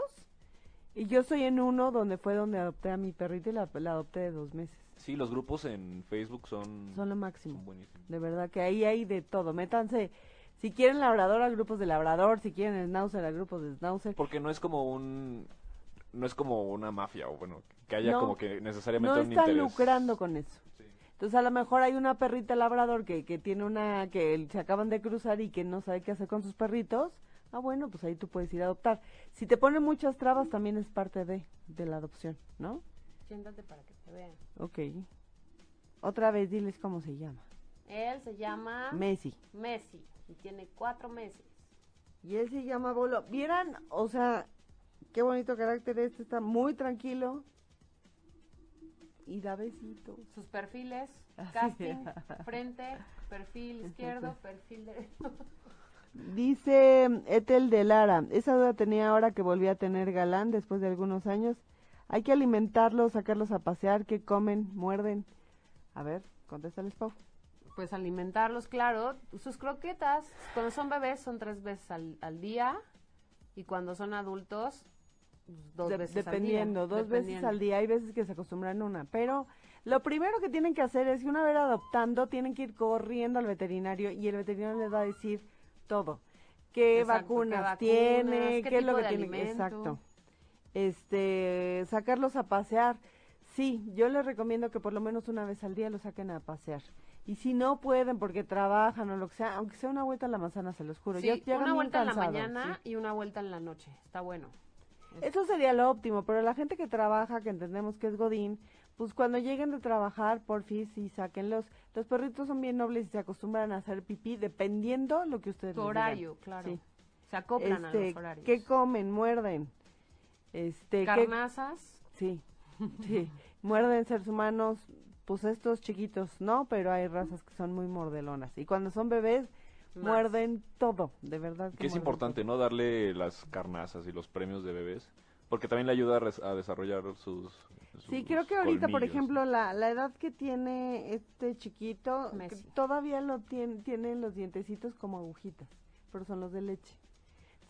[SPEAKER 4] Y yo estoy en uno donde fue donde adopté a mi perrito y la, la adopté de dos meses.
[SPEAKER 3] Sí, los grupos en Facebook son,
[SPEAKER 4] Son lo máximo.
[SPEAKER 3] son buenísimos.
[SPEAKER 4] De verdad que ahí hay de todo. Métanse, si quieren labrador, a grupos de labrador. Si quieren schnauzer, a grupos de schnauzer.
[SPEAKER 3] Porque no es como un... No es como una mafia, o bueno, que haya
[SPEAKER 4] No.
[SPEAKER 3] como que necesariamente
[SPEAKER 4] No
[SPEAKER 3] un
[SPEAKER 4] están
[SPEAKER 3] interés.
[SPEAKER 4] lucrando con este eso. Entonces, a lo mejor hay una perrita labrador que, que tiene una, que se acaban de cruzar y que no sabe qué hacer con sus perritos. Ah, bueno, pues ahí tú puedes ir a adoptar. Si te ponen muchas trabas, también es parte de, de la adopción, ¿no?
[SPEAKER 2] Siéntate para que te vean.
[SPEAKER 4] Ok. Otra vez, diles cómo se llama.
[SPEAKER 2] Él se llama
[SPEAKER 4] Messi.
[SPEAKER 2] Messi y tiene cuatro meses.
[SPEAKER 4] Y él se llama Bolo. ¿Vieran? O sea, qué bonito carácter este, está muy tranquilo. Y da besitos.
[SPEAKER 2] Sus perfiles,
[SPEAKER 4] Así
[SPEAKER 2] casting,
[SPEAKER 4] es.
[SPEAKER 2] frente, perfil izquierdo, perfil derecho.
[SPEAKER 4] Dice Etel de Lara, esa duda tenía ahora que volví a tener galán después de algunos años. Hay que alimentarlos, sacarlos a pasear, que comen, muerden. A ver, contéstales, Pau.
[SPEAKER 2] Pues alimentarlos, claro. Sus croquetas, cuando son bebés son tres veces al, al día y cuando son adultos pues, dos
[SPEAKER 4] De-
[SPEAKER 2] veces
[SPEAKER 4] dependiendo,
[SPEAKER 2] al día.
[SPEAKER 4] dos veces al día. Hay veces que se acostumbran a una, pero lo primero que tienen que hacer es que una vez adoptando tienen que ir corriendo al veterinario y el veterinario les va a decir todo. ¿Qué,
[SPEAKER 2] Exacto, qué
[SPEAKER 4] vacunas,
[SPEAKER 2] vacunas,
[SPEAKER 4] tiene?
[SPEAKER 2] qué
[SPEAKER 4] ¿Qué, es lo
[SPEAKER 2] tipo
[SPEAKER 4] que
[SPEAKER 2] de
[SPEAKER 4] tienen?
[SPEAKER 2] alimento.
[SPEAKER 4] Exacto. Este, sacarlos a pasear. Sí, yo les recomiendo que por lo menos una vez al día los saquen a pasear. Y si no pueden porque trabajan o lo que sea, aunque sea una vuelta a la manzana, se los juro.
[SPEAKER 2] Sí,
[SPEAKER 4] ya llegan
[SPEAKER 2] una
[SPEAKER 4] bien
[SPEAKER 2] vuelta en
[SPEAKER 4] cansados,
[SPEAKER 2] la
[SPEAKER 4] sí.
[SPEAKER 2] mañana y una vuelta en la noche. Está bueno.
[SPEAKER 4] Eso sería lo óptimo, pero la gente que trabaja, que entendemos que es Godín, pues cuando lleguen de trabajar, por fin sí sáquenlos. Los perritos son bien nobles y se acostumbran a hacer pipí dependiendo lo que ustedes
[SPEAKER 2] Tu
[SPEAKER 4] les digan.
[SPEAKER 2] horario, claro.
[SPEAKER 4] Sí.
[SPEAKER 2] Se acoplan a
[SPEAKER 4] Este,
[SPEAKER 2] los horarios.
[SPEAKER 4] ¿Qué comen? Muerden. Este, ¿qué-
[SPEAKER 2] Carnazas,
[SPEAKER 4] Sí, sí. Muerden seres humanos, pues estos chiquitos no, pero hay razas que son muy mordelonas. Y cuando son bebés,
[SPEAKER 2] Más.
[SPEAKER 4] muerden todo, de verdad.
[SPEAKER 3] Que es
[SPEAKER 4] muerden
[SPEAKER 3] importante, ¿no? Darle las carnazas y los premios de bebés. Porque también le ayuda a, res- a desarrollar sus,
[SPEAKER 4] Sí,
[SPEAKER 3] sus
[SPEAKER 4] creo que ahorita, por
[SPEAKER 3] colmillos.
[SPEAKER 4] ejemplo, la, la edad que tiene este chiquito, que
[SPEAKER 2] Messi.
[SPEAKER 4] todavía lo tiene, tiene los dientecitos como agujitas, pero son los de leche.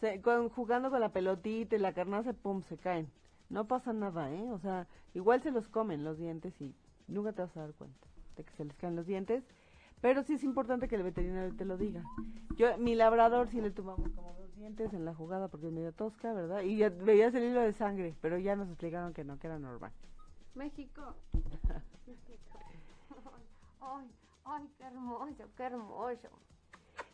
[SPEAKER 4] Se, con- jugando con la pelotita y la carnaza, pum, se caen. No pasa nada, ¿eh? O sea, igual se los comen los dientes y nunca te vas a dar cuenta de que se les caen los dientes. Pero sí es importante que el veterinario te lo diga. Yo, mi labrador sí le tumbamos como dos dientes en la jugada porque es medio tosca, ¿verdad? Y ya veías el hilo de sangre, pero ya nos explicaron que no, que era normal.
[SPEAKER 2] México. ay, ay, qué hermoso, qué hermoso.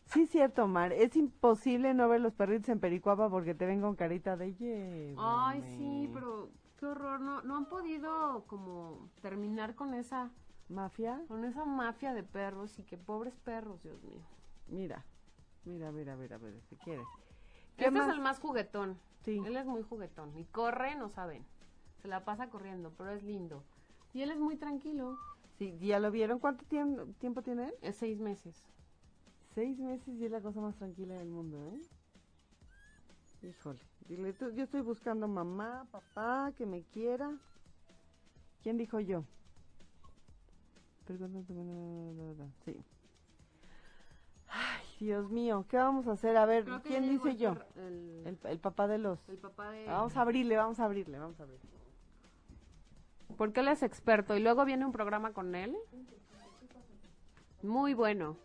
[SPEAKER 4] Sí, es cierto, Mar. Es imposible no ver los perritos en Pericuapa porque te ven con carita de llévame.
[SPEAKER 2] Ay, sí, pero qué horror. No, no han podido como terminar con esa,
[SPEAKER 4] ¿Mafia?
[SPEAKER 2] con esa mafia de perros y que pobres perros, Dios mío.
[SPEAKER 4] Mira, mira, mira, mira, mira, si quieres. ¿Qué
[SPEAKER 2] Este
[SPEAKER 4] más?
[SPEAKER 2] es el más juguetón.
[SPEAKER 4] Sí.
[SPEAKER 2] Él es muy juguetón. Y corre, no saben. Se la pasa corriendo, pero es lindo. Y él es muy tranquilo.
[SPEAKER 4] Sí, ¿Ya lo vieron? ¿Cuánto tiem- tiempo tiene él?
[SPEAKER 2] Es seis meses.
[SPEAKER 4] Seis meses y es la cosa más tranquila del mundo, ¿eh? Híjole. Dile, tú- yo estoy buscando mamá, papá, que me quiera. ¿Quién dijo yo? Pregúntate, bueno, la verdad, Sí. Ay, Dios mío, ¿qué vamos a hacer? A ver,
[SPEAKER 2] Creo que
[SPEAKER 4] ¿quién
[SPEAKER 2] ya llegó
[SPEAKER 4] dice
[SPEAKER 2] el
[SPEAKER 4] yo? Ah,
[SPEAKER 2] perro- El,
[SPEAKER 4] El, el papá de los.
[SPEAKER 2] el papá de...
[SPEAKER 4] Vamos a abrirle, vamos a abrirle, vamos a abrirle.
[SPEAKER 2] Porque él es experto y luego viene un programa con él. Muy bueno.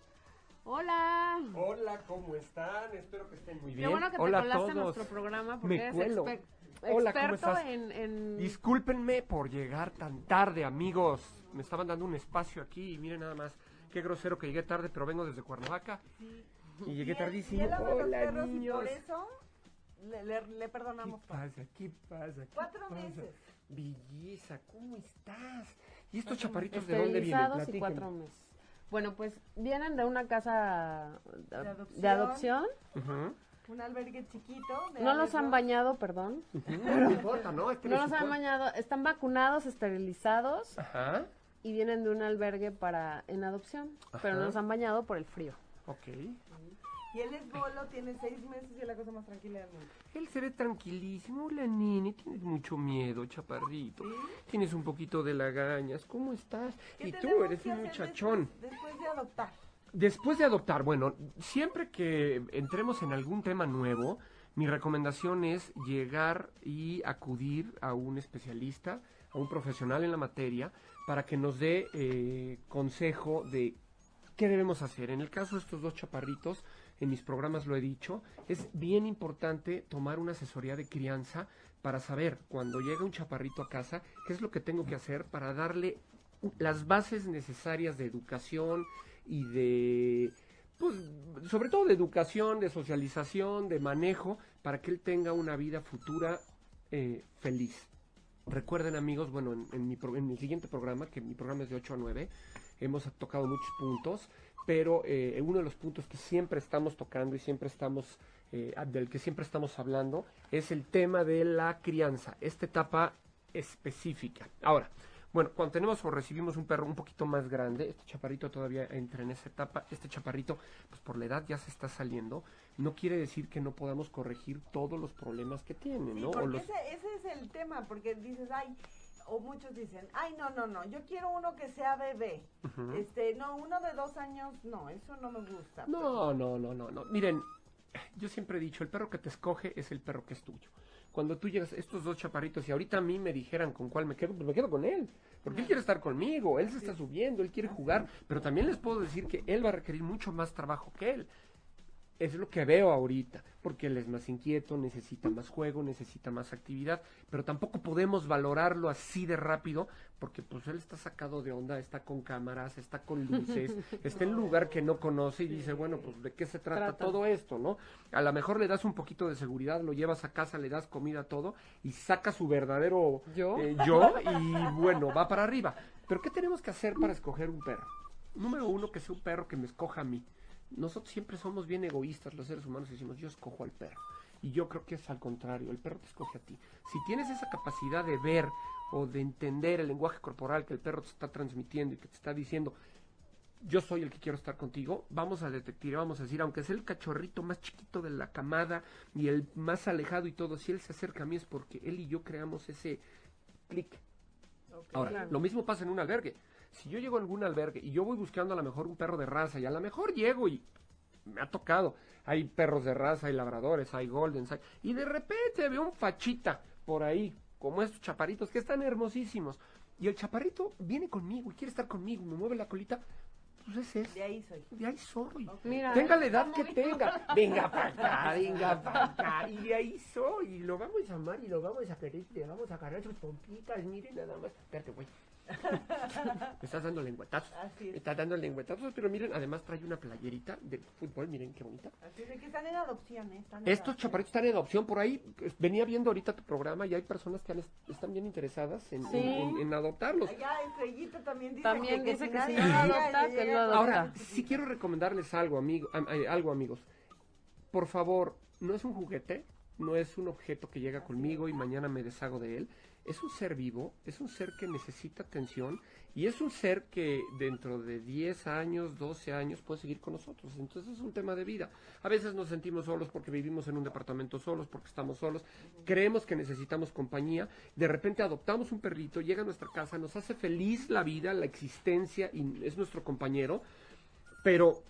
[SPEAKER 2] Hola.
[SPEAKER 5] Hola, ¿cómo están? Espero que estén muy
[SPEAKER 2] Qué
[SPEAKER 5] bien.
[SPEAKER 2] bueno que te
[SPEAKER 5] Hola a
[SPEAKER 2] colaste a
[SPEAKER 5] todos.
[SPEAKER 2] nuestro programa porque
[SPEAKER 5] Me
[SPEAKER 2] eres
[SPEAKER 5] cuelo.
[SPEAKER 2] exper-
[SPEAKER 5] Hola, ¿cómo
[SPEAKER 2] experto
[SPEAKER 5] estás?
[SPEAKER 2] en, en-
[SPEAKER 5] Discúlpenme por llegar tan tarde, amigos. Me estaban dando un espacio aquí y miren nada más. Qué grosero que llegué tarde, pero vengo desde Cuernavaca. Y llegué tardísimo. Hola, niños.
[SPEAKER 4] eso le,
[SPEAKER 5] ¿Qué
[SPEAKER 4] perdonamos.
[SPEAKER 5] pasa? ¿Qué pasa? ¿Qué
[SPEAKER 4] Cuatro
[SPEAKER 5] pasa?
[SPEAKER 4] meses.
[SPEAKER 5] Belleza, ¿cómo estás? ¿Y estos chaparritos de dónde vienen?
[SPEAKER 2] Esterilizados y
[SPEAKER 5] Platíquenme.
[SPEAKER 2] cuatro meses. Bueno, pues vienen de una casa de,
[SPEAKER 4] adopción.
[SPEAKER 2] de adopción.
[SPEAKER 5] Ujú.
[SPEAKER 4] Un albergue chiquito. de
[SPEAKER 2] No los
[SPEAKER 4] albergue.
[SPEAKER 2] han bañado, perdón.
[SPEAKER 5] No importa, ¿no? Este
[SPEAKER 2] No
[SPEAKER 5] es
[SPEAKER 2] los
[SPEAKER 5] su
[SPEAKER 2] han
[SPEAKER 5] cuerpo.
[SPEAKER 2] bañado. Están vacunados, esterilizados
[SPEAKER 5] Ajá,
[SPEAKER 2] y vienen de un albergue para en adopción. Pero
[SPEAKER 5] Ajá.
[SPEAKER 2] no los han bañado por el frío.
[SPEAKER 5] ok.
[SPEAKER 4] Y él es bolo, tiene seis meses y es la cosa más tranquila del mundo.
[SPEAKER 5] Él se ve tranquilísimo. Hola, nene, tienes mucho miedo, chaparrito. Tienes un poquito de lagañas. ¿Cómo estás?
[SPEAKER 4] ¿Qué
[SPEAKER 5] Y tú
[SPEAKER 4] tenemos
[SPEAKER 5] eres
[SPEAKER 4] que
[SPEAKER 5] un
[SPEAKER 4] hacer
[SPEAKER 5] muchachón.
[SPEAKER 4] después- Después de adoptar.
[SPEAKER 5] Después de adoptar, bueno, siempre que entremos en algún tema nuevo, mi recomendación es llegar y acudir a un especialista, a un profesional en la materia, para que nos dé eh, consejo de qué debemos hacer. En el caso de estos dos chaparritos, en mis programas lo he dicho, es bien importante tomar una asesoría de crianza para saber cuando llega un chaparrito a casa qué es lo que tengo que hacer para darle las bases necesarias de educación y de pues sobre todo de educación, de socialización, de manejo, para que él tenga una vida futura eh, feliz. Recuerden amigos, bueno, en, en mi pro- en mi siguiente programa, que mi programa es de 8 a 9, hemos tocado muchos puntos, pero eh, uno de los puntos que siempre estamos tocando y siempre estamos, eh, del que siempre estamos hablando, es el tema de la crianza, esta etapa específica. Ahora, bueno, cuando tenemos o recibimos un perro un poquito más grande, este chaparrito todavía entra en esa etapa, este chaparrito, pues por la edad ya se está saliendo, no quiere decir que no podamos corregir todos los problemas que tiene,
[SPEAKER 4] Sí,
[SPEAKER 5] ¿no? O
[SPEAKER 4] porque
[SPEAKER 5] los-
[SPEAKER 4] ese, ese es el tema, porque dices, ay, o muchos dicen, ay, no, no, no, yo quiero uno que sea bebé.
[SPEAKER 5] Ujú.
[SPEAKER 4] Este, no, uno de dos años, no, eso no me gusta.
[SPEAKER 5] No, no, no, no, no. Miren, yo siempre he dicho, el perro que te escoge es el perro que es tuyo. Cuando tú llegas, estos dos chaparritos, y ahorita a mí me dijeran con cuál me quedo, pues me quedo con él. Porque él quiere estar conmigo, él se está subiendo, él quiere jugar, pero también les puedo decir que él va a requerir mucho más trabajo que él. Es lo que veo ahorita, porque él es más inquieto, necesita más juego, necesita más actividad, pero tampoco podemos valorarlo así de rápido, porque pues él está sacado de onda, está con cámaras, está con luces, está en lugar que no conoce y dice, bueno, pues de qué se trata,
[SPEAKER 2] Trata.
[SPEAKER 5] todo esto, ¿no? A lo mejor le das un poquito de seguridad, lo llevas a casa, le das comida, todo, y saca su verdadero
[SPEAKER 2] ¿Yo?
[SPEAKER 5] eh, yo y bueno, va para arriba. Pero ¿qué tenemos que hacer para escoger un perro? Número uno, que sea un perro que me escoja a mí. Nosotros siempre somos bien egoístas, los seres humanos, y decimos, yo escojo al perro. Y yo creo que es al contrario, el perro te escoge a ti. Si tienes esa capacidad de ver o de entender el lenguaje corporal que el perro te está transmitiendo y que te está diciendo, yo soy el que quiero estar contigo, vamos a detectar, vamos a decir, aunque sea el cachorrito más chiquito de la camada y el más alejado y todo, si él se acerca a mí es porque él y yo creamos ese clic. Ahora,
[SPEAKER 2] Claro.
[SPEAKER 5] lo mismo pasa en un albergue. Si yo llego a algún albergue y yo voy buscando a lo mejor un perro de raza y a lo mejor llego y me ha tocado, hay perros de raza, hay labradores, hay goldens, hay... y de repente veo un fachita por ahí, como estos chaparitos que están hermosísimos. Y el chaparrito viene conmigo y quiere estar conmigo, me mueve la colita, pues ese es.
[SPEAKER 4] De ahí soy.
[SPEAKER 5] De ahí soy.
[SPEAKER 2] Mira,
[SPEAKER 5] Tenga la edad que tenga. Venga para acá, venga para acá. Y de ahí soy. Y lo vamos a amar y lo vamos a querer. y Le vamos a agarrar sus pompitas. Miren nada más. Espérate, güey. Me estás dando lengüetazos.
[SPEAKER 4] Así
[SPEAKER 5] Me
[SPEAKER 4] es.
[SPEAKER 5] estás dando lengüetazos. Pero miren, además trae una playerita de fútbol. Miren qué bonita.
[SPEAKER 4] Así es de que están en adopción, ¿eh? Están en
[SPEAKER 5] Estos
[SPEAKER 4] adopción.
[SPEAKER 5] chaparritos están en adopción por ahí. Venía viendo ahorita tu programa y hay personas que han- están bien interesadas en,
[SPEAKER 2] Sí.
[SPEAKER 5] en- en- en adoptarlos.
[SPEAKER 4] Allá Estrellita también dice
[SPEAKER 2] También
[SPEAKER 4] que,
[SPEAKER 2] dice
[SPEAKER 4] si
[SPEAKER 2] que
[SPEAKER 4] nadie
[SPEAKER 2] si no lo
[SPEAKER 4] llega,
[SPEAKER 2] adopta,
[SPEAKER 4] le
[SPEAKER 2] que
[SPEAKER 4] llega
[SPEAKER 2] lo
[SPEAKER 4] con-
[SPEAKER 2] adopta.
[SPEAKER 5] Ahora, sí quiero recomendarles algo, amigo, am- eh, algo, amigos. Por favor, no es un juguete, no es un objeto que llega conmigo y mañana me deshago de él. Es un ser vivo, es un ser que necesita atención y es un ser que dentro de 10 años, 12 años puede seguir con nosotros. Entonces es un tema de vida. A veces nos sentimos solos porque vivimos en un departamento solos, porque estamos solos, creemos que necesitamos compañía, de repente adoptamos un perrito, llega a nuestra casa, nos hace feliz la vida, la existencia y es nuestro compañero, pero,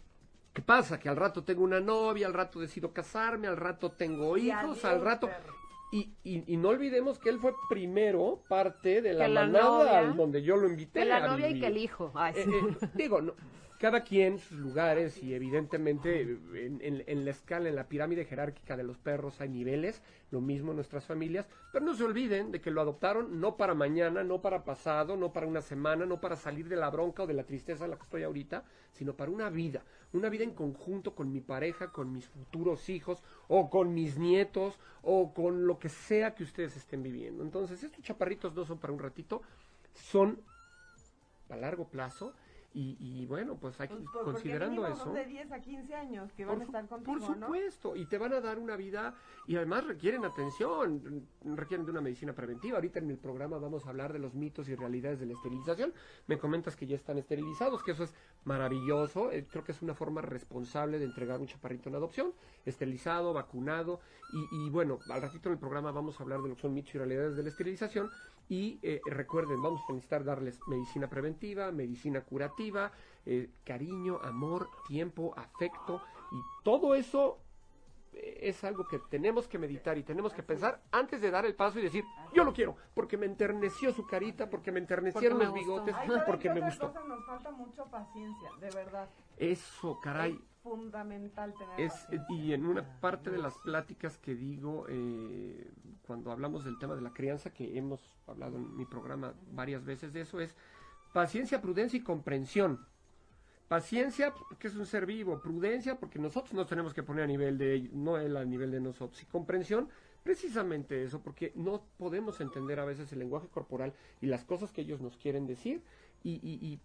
[SPEAKER 5] ¿qué pasa? Que al rato tengo una novia, al rato decido casarme, al rato tengo
[SPEAKER 4] Y
[SPEAKER 5] hijos,
[SPEAKER 4] adiós,
[SPEAKER 5] al rato...
[SPEAKER 4] perro.
[SPEAKER 5] Y, y- y no olvidemos que él fue primero parte de la,
[SPEAKER 2] Que la
[SPEAKER 5] manada
[SPEAKER 2] novia-
[SPEAKER 5] donde yo lo invité.
[SPEAKER 2] Que la
[SPEAKER 5] a
[SPEAKER 2] novia y
[SPEAKER 5] vivir.
[SPEAKER 2] que el hijo. Ay, sí.
[SPEAKER 5] Eh, eh, digo, no, cada quien sus lugares y evidentemente eh, en, en- en la escala, en la pirámide jerárquica de los perros hay niveles, lo mismo en nuestras familias, pero no se olviden de que lo adoptaron no para mañana, no para pasado, no para una semana, no para salir de la bronca o de la tristeza en la que estoy ahorita, sino para una vida, una vida en conjunto con mi pareja, con mis futuros hijos o con mis nietos o con lo que sea que ustedes estén viviendo. Entonces, estos chaparritos no son para un ratito, son a largo plazo. Y, y bueno, pues hay que
[SPEAKER 4] Pues,
[SPEAKER 5] ir
[SPEAKER 4] por- porque
[SPEAKER 5] considerando
[SPEAKER 4] mínimo
[SPEAKER 5] eso.
[SPEAKER 4] son de 10 a 15 años que van a
[SPEAKER 5] su-
[SPEAKER 4] estar contigo,
[SPEAKER 5] por supuesto, y te van a dar una vida y además requieren atención, requieren de una medicina preventiva. Ahorita en el programa vamos a hablar de los mitos y realidades de la esterilización. Me comentas que ya están esterilizados, que eso es maravilloso. Eh, creo que es una forma responsable de entregar un chaparrito en adopción, esterilizado, vacunado. Y, y bueno, al ratito en el programa vamos a hablar de lo que son mitos y realidades de la esterilización. Y eh, recuerden, vamos a necesitar darles medicina preventiva, medicina curativa, eh, cariño, amor, tiempo, afecto. Y todo eso eh, es algo que tenemos que meditar y tenemos que pensar antes de dar el paso y decir, yo lo quiero, porque me enterneció su carita, porque me enternecieron
[SPEAKER 2] me
[SPEAKER 5] los
[SPEAKER 2] gustó.
[SPEAKER 5] bigotes,
[SPEAKER 4] Ay, ¿saben
[SPEAKER 5] porque
[SPEAKER 4] qué
[SPEAKER 5] me
[SPEAKER 4] otra
[SPEAKER 5] gustó.
[SPEAKER 4] cosa? nos falta mucho paciencia, de verdad.
[SPEAKER 5] Eso, caray.
[SPEAKER 4] Es fundamental tener
[SPEAKER 5] Es, eh,
[SPEAKER 4] paciencia.
[SPEAKER 5] y en una parte de las pláticas que digo, eh, cuando hablamos del tema de la crianza, que hemos hablado en mi programa varias veces de eso, es paciencia, prudencia y comprensión. Paciencia, porque es un ser vivo. Prudencia, porque nosotros nos tenemos que poner a nivel de él, no él a nivel de nosotros. Y comprensión, precisamente eso, porque no podemos entender a veces el lenguaje corporal y las cosas que ellos nos quieren decir. Y, y-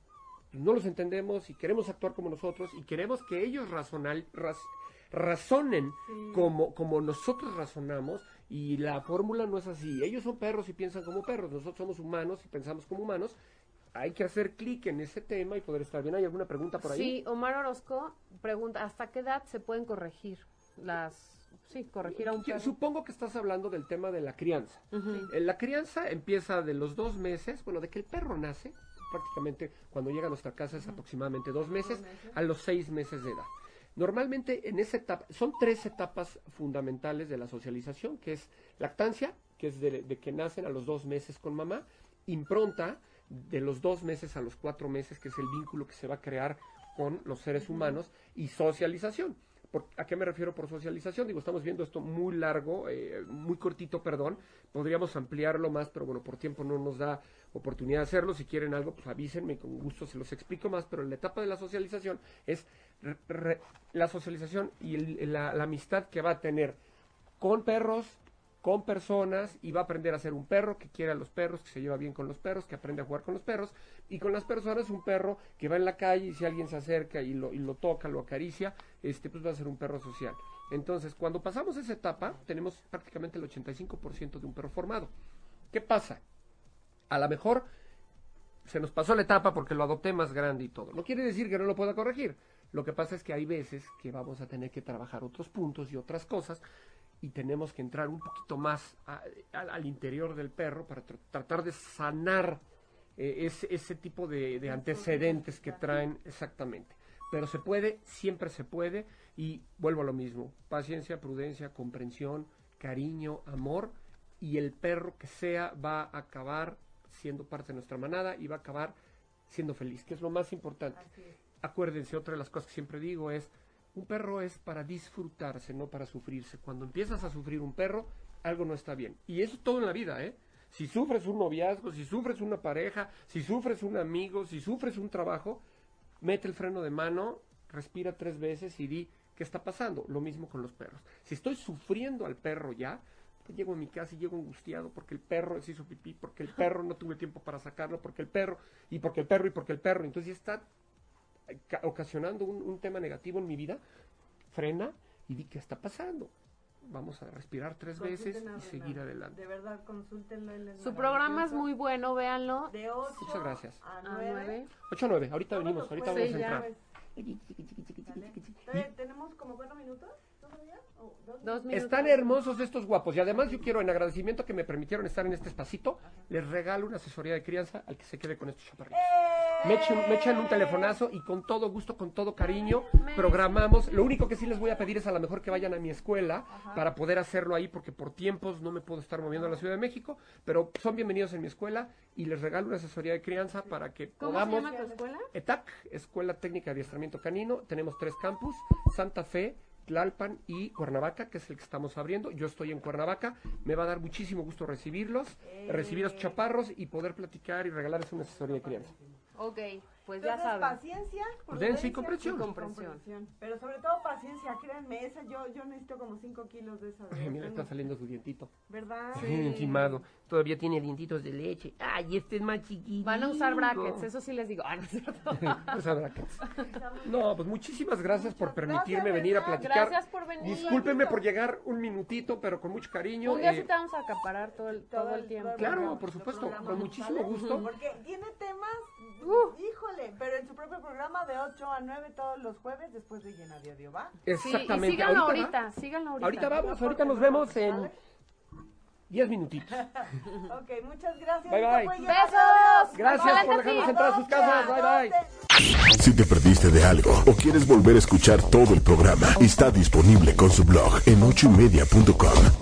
[SPEAKER 5] y no los entendemos y queremos actuar como nosotros y queremos que ellos razonal, raz- razonen
[SPEAKER 4] Sí.
[SPEAKER 5] como, como nosotros razonamos y la fórmula no es así. Ellos son perros y piensan como perros, nosotros somos humanos y pensamos como humanos. Hay que hacer clic en ese tema y poder estar bien. ¿Hay alguna pregunta por ahí?
[SPEAKER 2] Sí, Omar Orozco pregunta, ¿hasta qué edad se pueden corregir las... Sí, corregir a un
[SPEAKER 5] Que-
[SPEAKER 2] perro?
[SPEAKER 5] Supongo que estás hablando del tema de la crianza.
[SPEAKER 2] Ujú.
[SPEAKER 5] Eh, La crianza empieza de los dos meses, bueno, de que el perro nace, prácticamente cuando llega a nuestra casa es aproximadamente dos meses, a los seis meses de edad. Normalmente en esa etapa, son tres etapas fundamentales de la socialización, que es lactancia, que es de, de que nacen a los dos meses con mamá, impronta, de los dos meses a los cuatro meses, que es el vínculo que se va a crear con los seres humanos, y socialización. Por- ¿A qué me refiero por socialización? Digo, estamos viendo esto muy largo, eh, muy cortito, perdón. Podríamos ampliarlo más, pero bueno, por tiempo no nos da oportunidad de hacerlo. Si quieren algo, pues avísenme, y con gusto se los explico más. Pero en la etapa de la socialización es re- re- la socialización y el- la, la amistad que va a tener con perros, con personas y va a aprender a ser un perro que quiere a los perros, que se lleva bien con los perros, que aprende a jugar con los perros y con las personas un perro que va en la calle y si alguien se acerca y lo, y lo toca, lo acaricia, este pues va a ser un perro social. Entonces, cuando pasamos esa etapa, tenemos prácticamente el 85% de un perro formado. ¿Qué pasa? A lo mejor se nos pasó la etapa porque lo adopté más grande y todo. No quiere decir que no lo pueda corregir. Lo que pasa es que hay veces que vamos a tener que trabajar otros puntos y otras cosas y tenemos que entrar un poquito más a- a- al interior del perro para tr- tratar de sanar eh, ese, ese tipo de, de antecedentes que traen exactamente. Pero se puede, siempre se puede y vuelvo a lo mismo. Paciencia, prudencia, comprensión, cariño, amor y el perro que sea va a acabar siendo parte de nuestra manada y va a acabar siendo feliz, que es lo más importante. Acuérdense, otra de las cosas que siempre digo es, un perro es para disfrutarse, no para sufrirse. Cuando empiezas a sufrir un perro, algo no está bien. Y eso es todo en la vida, ¿eh? Si sufres un noviazgo, si sufres una pareja, si sufres un amigo, si sufres un trabajo, mete el freno de mano, respira tres veces y di qué está pasando. Lo mismo con los perros. Si estoy sufriendo al perro ya, pues llego a mi casa y llego angustiado porque el perro se hizo pipí, porque el perro no tuve tiempo para sacarlo, porque el perro, y porque el perro, y porque el perro. Entonces ya está eh, ca- ocasionando un, un tema negativo en mi vida. Frena y di qué está pasando. Vamos a respirar tres veces
[SPEAKER 4] Consúltenlo,
[SPEAKER 5] y seguir
[SPEAKER 4] Renan.
[SPEAKER 5] adelante.
[SPEAKER 4] De verdad, consúltenlo. él es
[SPEAKER 2] Su programa es
[SPEAKER 4] maravilloso.
[SPEAKER 2] muy bueno, véanlo.
[SPEAKER 4] De 8
[SPEAKER 5] Muchas gracias.
[SPEAKER 4] a
[SPEAKER 2] A
[SPEAKER 4] 9.
[SPEAKER 2] nueve.
[SPEAKER 5] 8 9, ahorita
[SPEAKER 4] Todos
[SPEAKER 5] venimos,
[SPEAKER 4] los
[SPEAKER 5] ahorita
[SPEAKER 4] jueves,
[SPEAKER 5] vamos a
[SPEAKER 2] pues Sí, ya.
[SPEAKER 5] entrar.
[SPEAKER 4] ¿vale? Todavía ¿Tenemos como 4 minutos todavía? ¿O dos
[SPEAKER 2] Dos
[SPEAKER 4] minutos?
[SPEAKER 2] minutos.
[SPEAKER 5] Están hermosos estos guapos y además yo quiero en agradecimiento que me permitieron estar en este espacito, les regalo una asesoría de crianza al que se quede con estos chaparritos.
[SPEAKER 2] ¡Eh!
[SPEAKER 5] Me echan, me echan un telefonazo y con todo gusto, con todo cariño, programamos. Lo único que sí les voy a pedir es a lo mejor que vayan a mi escuela para poder hacerlo ahí porque por tiempos no me puedo estar moviendo a la Ciudad de México, pero son bienvenidos en mi escuela y les regalo una asesoría de crianza para que
[SPEAKER 2] ¿Cómo se
[SPEAKER 5] podamos...
[SPEAKER 2] llama tu escuela?
[SPEAKER 5] ETAC, Escuela Técnica de Adiestramiento Canino. Tenemos tres campus, Santa Fe, Tlalpan y Cuernavaca, que es el que estamos abriendo. Yo estoy en Cuernavaca. Me va a dar muchísimo gusto
[SPEAKER 2] Eh.
[SPEAKER 5] recibirlos, recibir a los chaparros y poder platicar y regalarles una asesoría de crianza.
[SPEAKER 2] Ok, Pues ya
[SPEAKER 4] Entonces,
[SPEAKER 2] saben.
[SPEAKER 4] paciencia,
[SPEAKER 5] Prudencia y
[SPEAKER 4] prudencia
[SPEAKER 5] Pues comprensión.
[SPEAKER 2] y
[SPEAKER 4] comprensión.
[SPEAKER 2] comprensión.
[SPEAKER 4] Pero sobre todo paciencia, créanme, esa yo, yo necesito como 5 kilos de esa. de
[SPEAKER 5] Ay, mira,
[SPEAKER 4] verdad.
[SPEAKER 5] está saliendo su dientito.
[SPEAKER 4] ¿Verdad?
[SPEAKER 5] Encimado. Todavía tiene dientitos de leche. Ay, este es más chiquito.
[SPEAKER 2] Van a usar brackets, eso sí les digo. Ah, no es cierto.
[SPEAKER 5] Pues a brackets. No, pues muchísimas gracias por permitirme
[SPEAKER 4] gracias,
[SPEAKER 5] venir a
[SPEAKER 4] ¿verdad?
[SPEAKER 5] platicar.
[SPEAKER 2] Gracias por venir.
[SPEAKER 5] Discúlpenme por llegar un minutito, pero con mucho cariño.
[SPEAKER 2] Un día
[SPEAKER 5] eh,
[SPEAKER 2] sí te vamos a acaparar todo el, todo el tiempo.
[SPEAKER 4] programa,
[SPEAKER 5] Claro,
[SPEAKER 4] todo
[SPEAKER 5] por
[SPEAKER 4] el
[SPEAKER 5] supuesto,
[SPEAKER 4] programa,
[SPEAKER 5] con muchísimo
[SPEAKER 4] ¿sale?
[SPEAKER 5] gusto.
[SPEAKER 4] Porque tiene temas,
[SPEAKER 2] Uh.
[SPEAKER 4] híjole, pero en su propio programa de 8 a 9 todos los jueves después de Llena de Odio, ¿va?
[SPEAKER 2] Sí,
[SPEAKER 5] exactamente.
[SPEAKER 2] y síganlo
[SPEAKER 5] Ahorita va.
[SPEAKER 2] ahorita, síganlo ahorita.
[SPEAKER 5] Ahorita vamos, ahorita nos vemos en 10 minutitos.
[SPEAKER 4] Ok, muchas gracias.
[SPEAKER 5] Bye, bye.
[SPEAKER 4] Esto fue Llena de
[SPEAKER 2] ¡Besos!
[SPEAKER 4] Odio.
[SPEAKER 5] Gracias por
[SPEAKER 2] Adelante,
[SPEAKER 5] dejarnos
[SPEAKER 2] sí.
[SPEAKER 5] entrar a sus casas. Bye, bye.
[SPEAKER 1] Si te perdiste de algo o quieres volver a escuchar todo el programa, está disponible con su blog en ochoymedia.com.